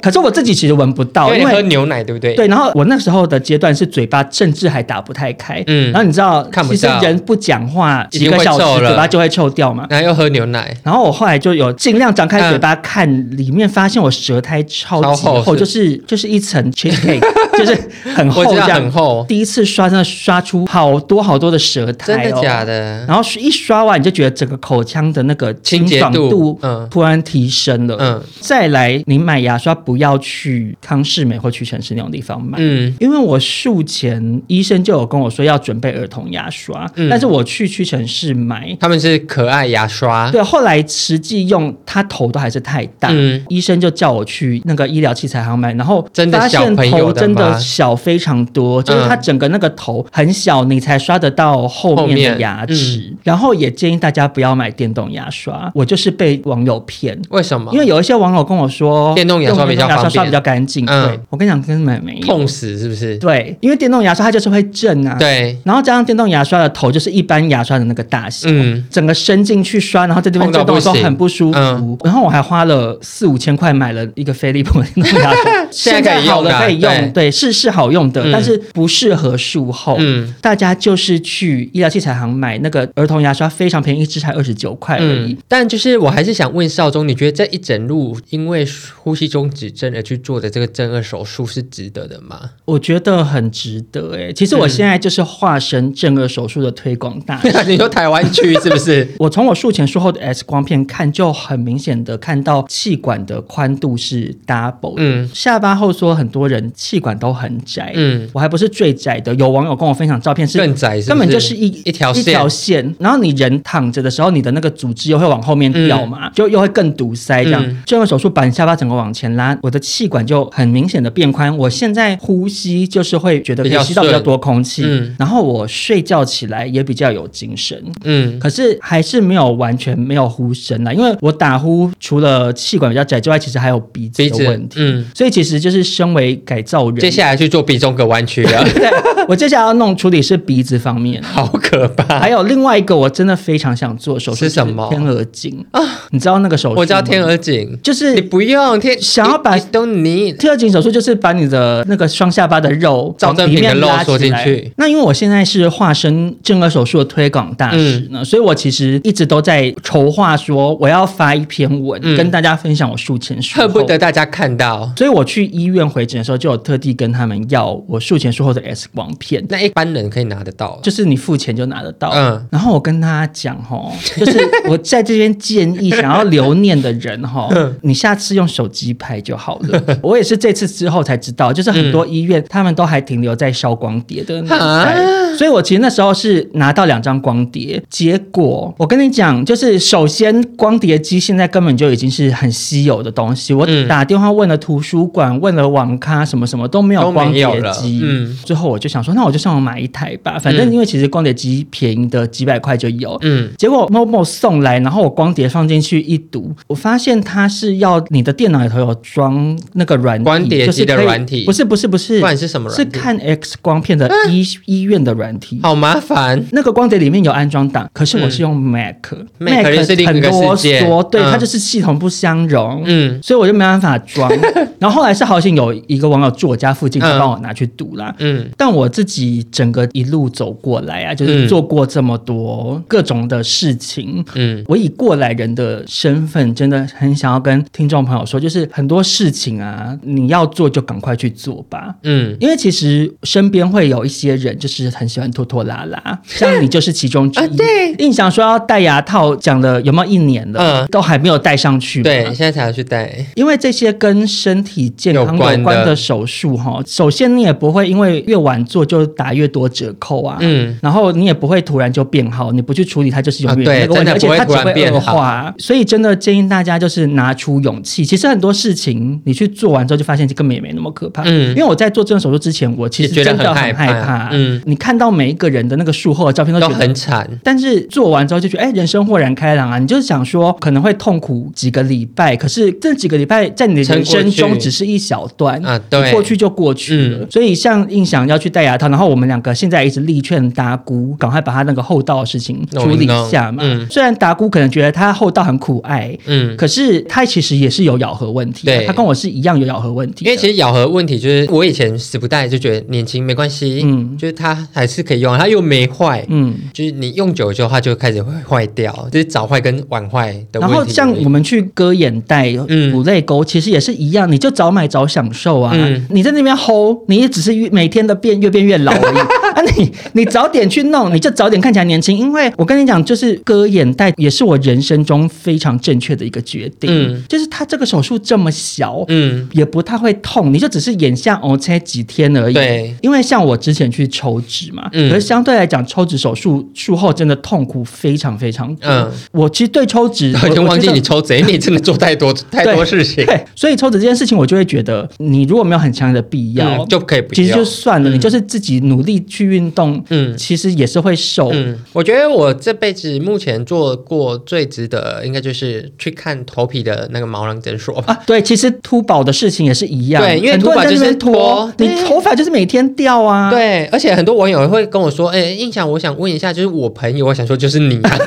[SPEAKER 2] 可是我自己其实闻不到，哦
[SPEAKER 1] 因为
[SPEAKER 2] 因
[SPEAKER 1] 你喝
[SPEAKER 2] 为。
[SPEAKER 1] 牛奶对不对？
[SPEAKER 2] 对，然后我那时候的阶段是嘴巴甚至还打不太开，
[SPEAKER 1] 嗯
[SPEAKER 2] 然后你知道，
[SPEAKER 1] 看不
[SPEAKER 2] 其实
[SPEAKER 1] 到
[SPEAKER 2] 人不讲话几
[SPEAKER 1] 已经
[SPEAKER 2] 个
[SPEAKER 1] 会
[SPEAKER 2] 小
[SPEAKER 1] 臭
[SPEAKER 2] 时，
[SPEAKER 1] 了
[SPEAKER 2] 嘴巴就会臭掉嘛。
[SPEAKER 1] 然后又喝牛奶，
[SPEAKER 2] 然后我后来就有尽量张开嘴巴看，里面发现我舌苔超级
[SPEAKER 1] 嗯超厚是
[SPEAKER 2] 就是就是一层 cheesecake，就是 <laughs> 很厚
[SPEAKER 1] 我
[SPEAKER 2] 这
[SPEAKER 1] 知道
[SPEAKER 2] 样。
[SPEAKER 1] 很厚，
[SPEAKER 2] 第一次刷真的刷出好多好多的舌苔、
[SPEAKER 1] 真
[SPEAKER 2] 哦，
[SPEAKER 1] 的假？的？
[SPEAKER 2] 然后一刷完，你就觉得整个口腔的那个
[SPEAKER 1] 清洁
[SPEAKER 2] 洁
[SPEAKER 1] 度
[SPEAKER 2] 度
[SPEAKER 1] 嗯
[SPEAKER 2] 突然提升了。
[SPEAKER 1] 嗯
[SPEAKER 2] 再来，你买牙刷不要去康士美或屈臣氏那种地方买。
[SPEAKER 1] 嗯，
[SPEAKER 2] 因为我术前医生就有跟我说要准备儿童牙刷，
[SPEAKER 1] 嗯
[SPEAKER 2] 但是我去屈臣氏买，
[SPEAKER 1] 他们是可爱牙刷，
[SPEAKER 2] 对，啊后来实际用，它头都还是太大，
[SPEAKER 1] 啊嗯
[SPEAKER 2] 医生就叫我去那个医疗器材行买，然后
[SPEAKER 1] 真的
[SPEAKER 2] 发
[SPEAKER 1] 小
[SPEAKER 2] 现
[SPEAKER 1] 朋友
[SPEAKER 2] 头
[SPEAKER 1] 的
[SPEAKER 2] 真的
[SPEAKER 1] 吗
[SPEAKER 2] 小非常多，就是它
[SPEAKER 1] 嗯
[SPEAKER 2] 整个那个头很小，你才刷得到后
[SPEAKER 1] 后
[SPEAKER 2] 面的
[SPEAKER 1] 面嗯
[SPEAKER 2] 牙齿。然后也建议大家不要买电动牙刷，我就是被网友骗。
[SPEAKER 1] 为什么？
[SPEAKER 2] 因为有一些网友跟我说，
[SPEAKER 1] 电动牙刷
[SPEAKER 2] 用
[SPEAKER 1] 比较
[SPEAKER 2] 电动牙刷
[SPEAKER 1] 方
[SPEAKER 2] 刷
[SPEAKER 1] 便
[SPEAKER 2] 比较干净。
[SPEAKER 1] 嗯
[SPEAKER 2] 对，我跟你讲，根本没有。
[SPEAKER 1] 痛死是不是？
[SPEAKER 2] 对，因为电动牙刷它就是会震啊。
[SPEAKER 1] 对，
[SPEAKER 2] 然后加上电动牙刷的头就是一般牙刷的那个大小，
[SPEAKER 1] 嗯
[SPEAKER 2] 整个伸进去刷，然后在这边震动的时候
[SPEAKER 1] 痛到不行
[SPEAKER 2] 很不舒服。
[SPEAKER 1] 嗯
[SPEAKER 2] 然后我还花了四五千块买了一个飞利浦的电动牙刷，
[SPEAKER 1] <laughs> 现在
[SPEAKER 2] 在
[SPEAKER 1] 可以
[SPEAKER 2] 好
[SPEAKER 1] 用
[SPEAKER 2] 了
[SPEAKER 1] 的
[SPEAKER 2] 可以用，
[SPEAKER 1] 对
[SPEAKER 2] 对，是是好用的，
[SPEAKER 1] 嗯
[SPEAKER 2] 但是不适合术后。
[SPEAKER 1] 嗯
[SPEAKER 2] 大家就是去医疗器材行买那个儿童牙刷，非常便宜，一支才二十九块而已。
[SPEAKER 1] 嗯，但就是我还是想问少中，你觉得这一整路因为呼吸中止症而去做的这个正颌手术是值得的
[SPEAKER 2] <laughs>
[SPEAKER 1] 吗？
[SPEAKER 2] 我觉得很值得诶、其实
[SPEAKER 1] 嗯
[SPEAKER 2] 我现在就是化身正颌手术的推广大使。
[SPEAKER 1] 你说台湾区是不是？
[SPEAKER 2] 我从我术前术后的 X 光片看，就很明显的看到气管的宽度是 double 的。
[SPEAKER 1] 嗯
[SPEAKER 2] 下巴后缩很多人气管都很窄，
[SPEAKER 1] 嗯
[SPEAKER 2] 我还不是最窄的。有网友跟我分享照 <laughs> 片是
[SPEAKER 1] 更窄是不是
[SPEAKER 2] 根本就是一
[SPEAKER 1] 一条
[SPEAKER 2] 一
[SPEAKER 1] 线
[SPEAKER 2] 条线。然后你人躺着的时候，你的那个组织又会往后面掉嘛，就又会更堵塞这样。
[SPEAKER 1] 嗯
[SPEAKER 2] 这样手术把你下巴整个往前拉，我的气管就很明显的变宽。我现在呼吸就是会觉得可
[SPEAKER 1] 比
[SPEAKER 2] 以
[SPEAKER 1] 较
[SPEAKER 2] 吸到比较
[SPEAKER 1] 顺
[SPEAKER 2] 多空气，
[SPEAKER 1] 嗯
[SPEAKER 2] 然后我睡觉起来也比较有精神。
[SPEAKER 1] 嗯
[SPEAKER 2] 可是还是没有完全没有呼声啦，因为我打呼除了气管比较窄之外，其实还有鼻子
[SPEAKER 1] 鼻子
[SPEAKER 2] 的问题。
[SPEAKER 1] 嗯
[SPEAKER 2] 所以其实就是身为改造人，
[SPEAKER 1] <laughs> 接下来去做鼻中隔弯曲
[SPEAKER 2] <laughs>
[SPEAKER 1] 了，
[SPEAKER 2] 对我接下来要弄处理是鼻子方面。
[SPEAKER 1] 好可怕！
[SPEAKER 2] 还有另外一个，我真的非常想做手术，
[SPEAKER 1] 是什么
[SPEAKER 2] 就是天鹅颈啊？你知道那个手术吗？
[SPEAKER 1] 我知道天鹅颈，
[SPEAKER 2] 就是
[SPEAKER 1] 你不用天
[SPEAKER 2] 想要把
[SPEAKER 1] you- you don't need
[SPEAKER 2] 天鹅颈手术就是把你的那个双下巴的肉
[SPEAKER 1] 赵
[SPEAKER 2] 从
[SPEAKER 1] 正
[SPEAKER 2] 里
[SPEAKER 1] 平的
[SPEAKER 2] 面
[SPEAKER 1] 肉
[SPEAKER 2] 拉
[SPEAKER 1] 缩
[SPEAKER 2] 起
[SPEAKER 1] 进
[SPEAKER 2] 来
[SPEAKER 1] 去。
[SPEAKER 2] 那因为我现在是化身正颌手术的推广大使
[SPEAKER 1] 嗯
[SPEAKER 2] 呢，所以我其实一直都在筹划说我要发一篇文、
[SPEAKER 1] 嗯
[SPEAKER 2] 跟大家分享我术前术后。
[SPEAKER 1] 恨不得大家看到。
[SPEAKER 2] 所以我去医院回诊的时候，就有特地跟他们要我术前术后的 X 光片。
[SPEAKER 1] 那一般人可以拿得到了，
[SPEAKER 2] 就是你付钱就拿得到。
[SPEAKER 1] 嗯
[SPEAKER 2] 然后我跟他讲哦，就是我在这边建议想要留念的人哈、
[SPEAKER 1] <laughs> 嗯
[SPEAKER 2] 你下次用手机拍就好了。我也是这次之后才知道，就是很多医院他们都还停留在消光碟的年代，
[SPEAKER 1] 啊
[SPEAKER 2] 所以我其实那时候是拿到两张光碟，结果我跟你讲，就是首先光碟机现在根本就已经是很稀有的东西，我
[SPEAKER 1] 嗯
[SPEAKER 2] 打电话问了图书馆，问了网咖，什么什么都没
[SPEAKER 1] 都
[SPEAKER 2] 有
[SPEAKER 1] 没
[SPEAKER 2] 光碟
[SPEAKER 1] 有了
[SPEAKER 2] 机，
[SPEAKER 1] 嗯
[SPEAKER 2] 最后我就想说，那我就上网买一台吧，反正
[SPEAKER 1] 嗯
[SPEAKER 2] 因为其实光碟机便宜的几百块就有，
[SPEAKER 1] 嗯，
[SPEAKER 2] 结果 Momo 送来，然后我光碟放进去一读，我发现它是要你的电脑里头有装那个软体，
[SPEAKER 1] 光碟机的
[SPEAKER 2] 就是可以
[SPEAKER 1] 软体
[SPEAKER 2] 不是不是不是，
[SPEAKER 1] 不然是什么
[SPEAKER 2] 是
[SPEAKER 1] 软体
[SPEAKER 2] 看 X 光片的医、医院的软体。
[SPEAKER 1] 好麻烦。
[SPEAKER 2] 那个光碟里面有安装档，可是我是用 Mac，Mac、
[SPEAKER 1] Mac 是另一
[SPEAKER 2] 很
[SPEAKER 1] 个
[SPEAKER 2] 啰
[SPEAKER 1] 世界
[SPEAKER 2] 嗦，对、
[SPEAKER 1] 嗯
[SPEAKER 2] 它就是系统不相容。
[SPEAKER 1] 嗯
[SPEAKER 2] 所以我就没办法
[SPEAKER 1] <laughs>
[SPEAKER 2] 装，然后后来是好险有一个网友住我家附近，就
[SPEAKER 1] 嗯
[SPEAKER 2] 帮我拿去读啦。
[SPEAKER 1] 嗯，
[SPEAKER 2] 但我自己整个一路走过来啊，就
[SPEAKER 1] 嗯
[SPEAKER 2] 是做过这么多各种的事情，
[SPEAKER 1] 嗯，
[SPEAKER 2] 我以过来人的身份，真的很想要跟听众朋友说，就是很多事情啊，你要做就赶快去做吧。
[SPEAKER 1] 嗯，
[SPEAKER 2] 因为其实身边会有一些人，就是很喜欢拖拖拉
[SPEAKER 1] <laughs>
[SPEAKER 2] 拉，像你就是其中之一。
[SPEAKER 1] 啊对
[SPEAKER 2] 印象说要戴牙套，讲了有没有一年了，
[SPEAKER 1] 嗯
[SPEAKER 2] 都还没有戴上去。
[SPEAKER 1] 对，现。在才要去带，
[SPEAKER 2] 因为这些跟身体健康
[SPEAKER 1] 有
[SPEAKER 2] 有
[SPEAKER 1] 关的
[SPEAKER 2] 关的手术哈，首先你也不会因为越晚做就打越多折扣啊，
[SPEAKER 1] 嗯
[SPEAKER 2] 然后你也不会突然就变好，你不去处理它就是永
[SPEAKER 1] 啊对
[SPEAKER 2] 远有那个问题，
[SPEAKER 1] 真的
[SPEAKER 2] 而且它
[SPEAKER 1] 不
[SPEAKER 2] 只
[SPEAKER 1] 会突然
[SPEAKER 2] 会
[SPEAKER 1] 变
[SPEAKER 2] 恶
[SPEAKER 1] 好
[SPEAKER 2] 化。啊所以真的建议大家就是拿出勇气，其实很多事情你去做完之后就发现根本也没那么可怕。
[SPEAKER 1] 嗯
[SPEAKER 2] 因为我在做这种手术之前，我其实
[SPEAKER 1] 也觉
[SPEAKER 2] 真
[SPEAKER 1] 得
[SPEAKER 2] 的
[SPEAKER 1] 很害
[SPEAKER 2] 很
[SPEAKER 1] 怕
[SPEAKER 2] 害怕。
[SPEAKER 1] 嗯
[SPEAKER 2] 你看到每一个人的那个术后的照片都
[SPEAKER 1] 都
[SPEAKER 2] 觉得
[SPEAKER 1] 很惨。
[SPEAKER 2] 但是做完之后就觉得，哎、人生豁然开朗啊！你就是想说可能会痛苦几个礼拜，可是这几个礼拜在你的人生
[SPEAKER 1] 撑过
[SPEAKER 2] 中
[SPEAKER 1] 去
[SPEAKER 2] 只是一小段嗯
[SPEAKER 1] 啊对
[SPEAKER 2] 你过去就过去了。所以像印象要去戴牙套，然后我们两个现在一直力劝达姑赶快把他那个后道的事情
[SPEAKER 1] 弄
[SPEAKER 2] 处
[SPEAKER 1] 一
[SPEAKER 2] 理
[SPEAKER 1] 弄
[SPEAKER 2] 一下嘛。
[SPEAKER 1] 嗯
[SPEAKER 2] 虽然达姑可能觉得他后道很苦爱。
[SPEAKER 1] 嗯，
[SPEAKER 2] 可是他其实也是有咬合问题的
[SPEAKER 1] 对，
[SPEAKER 2] 他跟我是一样有咬合问题的。
[SPEAKER 1] 因为其实咬合问题就是我以前死不带就觉得年轻没关系，
[SPEAKER 2] 嗯
[SPEAKER 1] 就是它还是可以用，它又没坏，
[SPEAKER 2] 嗯，
[SPEAKER 1] 就是你用久了之后它就开始会坏掉，就是早坏跟晚坏的问题而已。
[SPEAKER 2] 然后像我们去割眼袋、
[SPEAKER 1] 嗯
[SPEAKER 2] 补泪沟，其实也是一样，你就早买早享受啊。
[SPEAKER 1] 嗯
[SPEAKER 2] 你在那边吼，你也只是越每天的变越变越老
[SPEAKER 1] <laughs>
[SPEAKER 2] 而已。啊你，你早点去弄，你就早点看起来年轻。因为我跟你讲，就是割眼袋也是我人生中非常正确的一个决定，
[SPEAKER 1] 嗯
[SPEAKER 2] 就是它这个手术这么小。
[SPEAKER 1] 嗯
[SPEAKER 2] 也不太会痛，你就只是眼下哦，才几天而已。
[SPEAKER 1] 对，
[SPEAKER 2] 因为像我之前去抽脂嘛，
[SPEAKER 1] 嗯
[SPEAKER 2] 可是相对来讲，抽脂手术术后真的痛苦非常非常多。
[SPEAKER 1] 嗯
[SPEAKER 2] 我其实对抽脂，
[SPEAKER 1] <laughs> 我已经
[SPEAKER 2] 我
[SPEAKER 1] 忘记
[SPEAKER 2] 我觉得
[SPEAKER 1] 你抽
[SPEAKER 2] <laughs>
[SPEAKER 1] 贼，你真的做太多太多事情，
[SPEAKER 2] 对，所以抽脂这件事情，我就会觉得，你如果没有很强的必要，
[SPEAKER 1] 嗯就可以不
[SPEAKER 2] 其实
[SPEAKER 1] 要
[SPEAKER 2] 就算了，你就是自己努力去运动，
[SPEAKER 1] 嗯
[SPEAKER 2] 其实也是会瘦。
[SPEAKER 1] 嗯，我觉得我这辈子目前做过最值得，应该就是去看头皮的那个毛囊诊所吧。
[SPEAKER 2] 啊，对，其实秃宝的事情也是一样，
[SPEAKER 1] 对因为
[SPEAKER 2] 很多人在那边
[SPEAKER 1] 秃宝就是脱
[SPEAKER 2] 脱，你
[SPEAKER 1] 对
[SPEAKER 2] 头发就是每天掉啊，，
[SPEAKER 1] 对，而且很多网友会跟我说：“哎、印象，我想问一下，就是我朋友，我想说就是
[SPEAKER 2] <laughs>
[SPEAKER 1] 你、啊，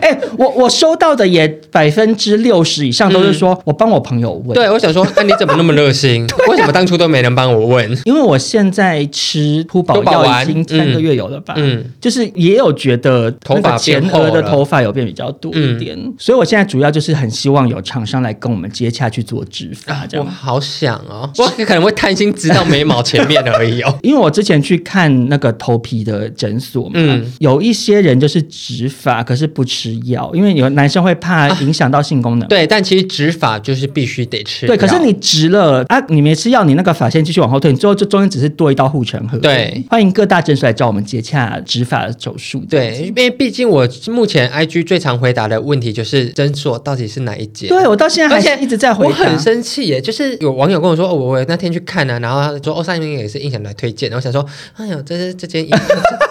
[SPEAKER 2] 哎、我我收到的也百分之六十以上都是说、我帮我朋友问，
[SPEAKER 1] 嗯对，我想说，那、你怎么那么
[SPEAKER 2] <laughs>
[SPEAKER 1] 热心？
[SPEAKER 2] 啊
[SPEAKER 1] 为什么当初都没人帮我问？
[SPEAKER 2] 因为我现在吃秃宝
[SPEAKER 1] 秃宝
[SPEAKER 2] 药
[SPEAKER 1] 丸
[SPEAKER 2] 已经三个
[SPEAKER 1] 嗯
[SPEAKER 2] 月有了吧，
[SPEAKER 1] 嗯
[SPEAKER 2] 就是也有觉得
[SPEAKER 1] 头发
[SPEAKER 2] 那个前
[SPEAKER 1] 变厚
[SPEAKER 2] 额的
[SPEAKER 1] 了嗯
[SPEAKER 2] 头发有变比较多一点，所以我现在主要就是很希望有厂商来跟我们接洽去做植发这
[SPEAKER 1] 我
[SPEAKER 2] 样。
[SPEAKER 1] 好想哦，我可能会贪心，直到眉毛前面而已哦。
[SPEAKER 2] <laughs> 因为我之前去看那个头皮的诊所嘛，
[SPEAKER 1] 嗯
[SPEAKER 2] 有一些人就是植发，可是不吃药，因为有男生会怕
[SPEAKER 1] 啊
[SPEAKER 2] 影响到性功能。
[SPEAKER 1] 对，但其实植发就是必须得吃药。
[SPEAKER 2] 对，可是你植了啊，你没吃药，你那个发线继续往后退，你最后就中间只是多一道护城河。
[SPEAKER 1] 对，
[SPEAKER 2] 欢迎各大诊所来找我们接洽植发手术。
[SPEAKER 1] 对，因为毕竟我目前 IG 最常回答的问题就是诊所到底是哪一间？
[SPEAKER 2] 对我到现在
[SPEAKER 1] 而
[SPEAKER 2] 还
[SPEAKER 1] 且
[SPEAKER 2] 是一直在回答。
[SPEAKER 1] 我很生气耶，就是有网友跟我说，哦、我我那天去看啊，然后他说，哦，上面也是印象来推荐，然后我想说，哎呀，这是这间医院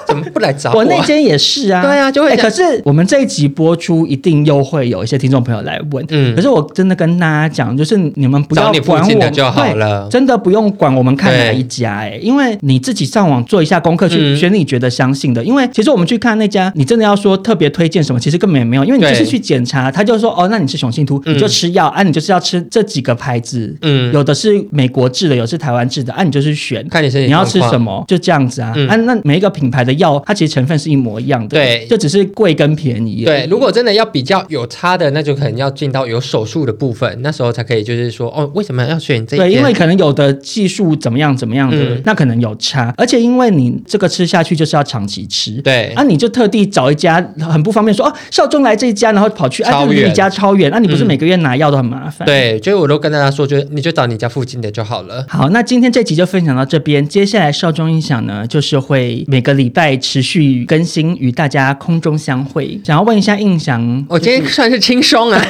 [SPEAKER 1] 怎么不来找
[SPEAKER 2] <laughs> 我
[SPEAKER 1] 我
[SPEAKER 2] 那间也是啊，
[SPEAKER 1] 对啊就会
[SPEAKER 2] 哎
[SPEAKER 1] 想
[SPEAKER 2] 可是我们这一集播出，一定又会有一些听众朋友来问。
[SPEAKER 1] 嗯
[SPEAKER 2] 可是我真的跟大家讲，就是你们不
[SPEAKER 1] 找
[SPEAKER 2] 要
[SPEAKER 1] 你附
[SPEAKER 2] 管
[SPEAKER 1] 近
[SPEAKER 2] 我
[SPEAKER 1] 的就好了
[SPEAKER 2] 对真的不用管我们看
[SPEAKER 1] 对
[SPEAKER 2] 哪一家、哎，因为你自己上网做一下功课，
[SPEAKER 1] 嗯
[SPEAKER 2] 去选你觉得相信的。因为其实我们去看那家，你真的要说特别推荐什么，其实根本也没有，因为你就
[SPEAKER 1] 对
[SPEAKER 2] 是去检查，他就说哦，那你是雄性秃，
[SPEAKER 1] 嗯
[SPEAKER 2] 你就吃药啊，你就是要吃这几个牌子，
[SPEAKER 1] 嗯
[SPEAKER 2] 有的是美国制的，有的是台湾制的，啊，你就是选。
[SPEAKER 1] 看你身体
[SPEAKER 2] 你要吃
[SPEAKER 1] 状况
[SPEAKER 2] 什么，就这样子啊。
[SPEAKER 1] 嗯
[SPEAKER 2] 啊，那每一个品牌的药，它其实成分是一模一样的，
[SPEAKER 1] 对
[SPEAKER 2] 就只是贵跟便宜。
[SPEAKER 1] 对，，如果真的要比较有差的，那就可能要进到有手术的部分，那时候才可以，就是说，哦，为什么要选这一间？
[SPEAKER 2] 对，因为可能有的技术怎么样怎么样的，
[SPEAKER 1] 嗯
[SPEAKER 2] 那可能有差，而且因为你这个吃下去就是要长期吃，
[SPEAKER 1] 对
[SPEAKER 2] 啊，你就特地找一家很不方便说，哦，少中来这一家，然后跑去，啊，
[SPEAKER 1] 超
[SPEAKER 2] 就离
[SPEAKER 1] 远
[SPEAKER 2] 你家超远，那、你不是
[SPEAKER 1] 嗯
[SPEAKER 2] 每个月拿药都很麻烦？。
[SPEAKER 1] 对，就是我都跟大家说，就是你就找你家附近的就好了。
[SPEAKER 2] 好，那今天这集就分享到这边。接下来少中音响呢，就是会每个礼拜持续更新，与大家空中相会。想要问一下印象，
[SPEAKER 1] 我哦今
[SPEAKER 2] <laughs>
[SPEAKER 1] 天算是轻松啊。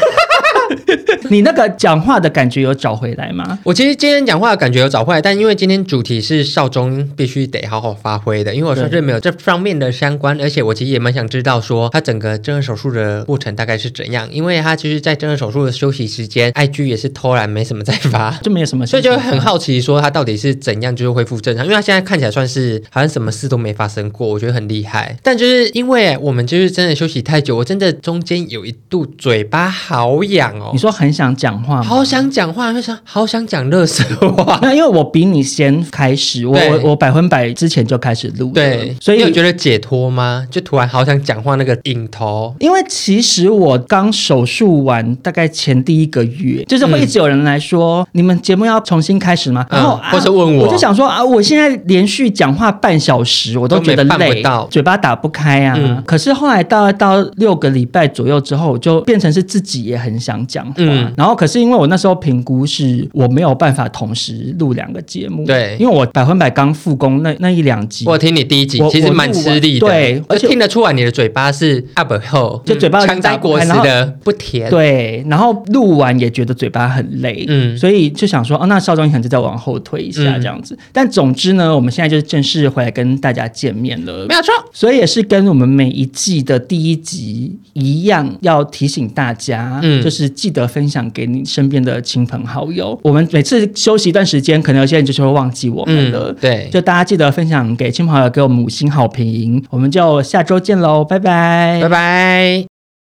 [SPEAKER 2] 你那个讲话的感觉有找回来吗？
[SPEAKER 1] 我其实今天讲话的感觉有找回来，但因为今天主题是少中必须得好好发挥的，因为我算是没有这方面的相关，而且我其实也蛮想知道说他整个正颌手术的过程大概是怎样，因为他其实，在正颌手术的休息时间，IG 也是偷懒没什么在发。
[SPEAKER 2] 就没有什么
[SPEAKER 1] 所
[SPEAKER 2] 心
[SPEAKER 1] 以
[SPEAKER 2] 情，
[SPEAKER 1] 就很好奇，说他到底是怎样就是恢复正常？因为他现在看起来算是好像什么事都没发生过，我觉得很厉害。但就是因为我们就是真的休息太久，我真的中间有一度嘴巴好痒哦
[SPEAKER 2] 你，说很想讲话吗？
[SPEAKER 1] 好想讲话，就想好想讲热色
[SPEAKER 2] <laughs>
[SPEAKER 1] 话。
[SPEAKER 2] 那因为我比你先开始，我
[SPEAKER 1] 对
[SPEAKER 2] 我我百分百之前就开始录了，
[SPEAKER 1] 对，
[SPEAKER 2] 所
[SPEAKER 1] 你有
[SPEAKER 2] 以
[SPEAKER 1] 觉得解脱吗？就突然好想讲话那个影头，
[SPEAKER 2] 因为其实我刚手术完，大概前第一个月，就是会一直有人来说，你们节目要重新开始吗？
[SPEAKER 1] 嗯
[SPEAKER 2] 然后、啊、
[SPEAKER 1] 或是问我
[SPEAKER 2] 我就想说啊，我现在连续讲话半小时，啊我
[SPEAKER 1] 都
[SPEAKER 2] 觉得
[SPEAKER 1] 没办不
[SPEAKER 2] 累
[SPEAKER 1] 到，
[SPEAKER 2] 嘴巴打不开啊。
[SPEAKER 1] 嗯
[SPEAKER 2] 可是后来到到六个礼拜左右之后，我就变成是自己也很想讲话，
[SPEAKER 1] 嗯
[SPEAKER 2] 然后可是因为我那时候评估是我没有办法同时录两个节目，
[SPEAKER 1] 对
[SPEAKER 2] 因为我百分百刚复工那那一两集，
[SPEAKER 1] 我听你第一集
[SPEAKER 2] 我
[SPEAKER 1] 其实蛮吃力的，
[SPEAKER 2] 我录完对
[SPEAKER 1] 而
[SPEAKER 2] 而且
[SPEAKER 1] 听得出来你的嘴巴是 up 后，
[SPEAKER 2] 就嘴巴
[SPEAKER 1] 嗯强
[SPEAKER 2] 打
[SPEAKER 1] 摘
[SPEAKER 2] 不
[SPEAKER 1] 果
[SPEAKER 2] 开
[SPEAKER 1] 实
[SPEAKER 2] 然后
[SPEAKER 1] 的不甜，
[SPEAKER 2] 对，然后录完也觉得嘴巴很累，
[SPEAKER 1] 嗯
[SPEAKER 2] 嗯，所以就想说，哦，那少中可能就再往后推一下
[SPEAKER 1] 嗯
[SPEAKER 2] 这样子。但总之呢，我们现在就正式回来跟大家见面了
[SPEAKER 1] 没。有错。
[SPEAKER 2] 所以也是跟我们每一季的第一集一样，要提醒大家，
[SPEAKER 1] 嗯
[SPEAKER 2] 就是记得分享给你身边的亲朋好友。我们每次休息一段时间，可能有些人就是会忘记我们了，
[SPEAKER 1] 嗯，对，
[SPEAKER 2] 就大家记得分享给亲朋好友，给我们五星好评。我们就下周见喽，拜拜，
[SPEAKER 1] 拜拜。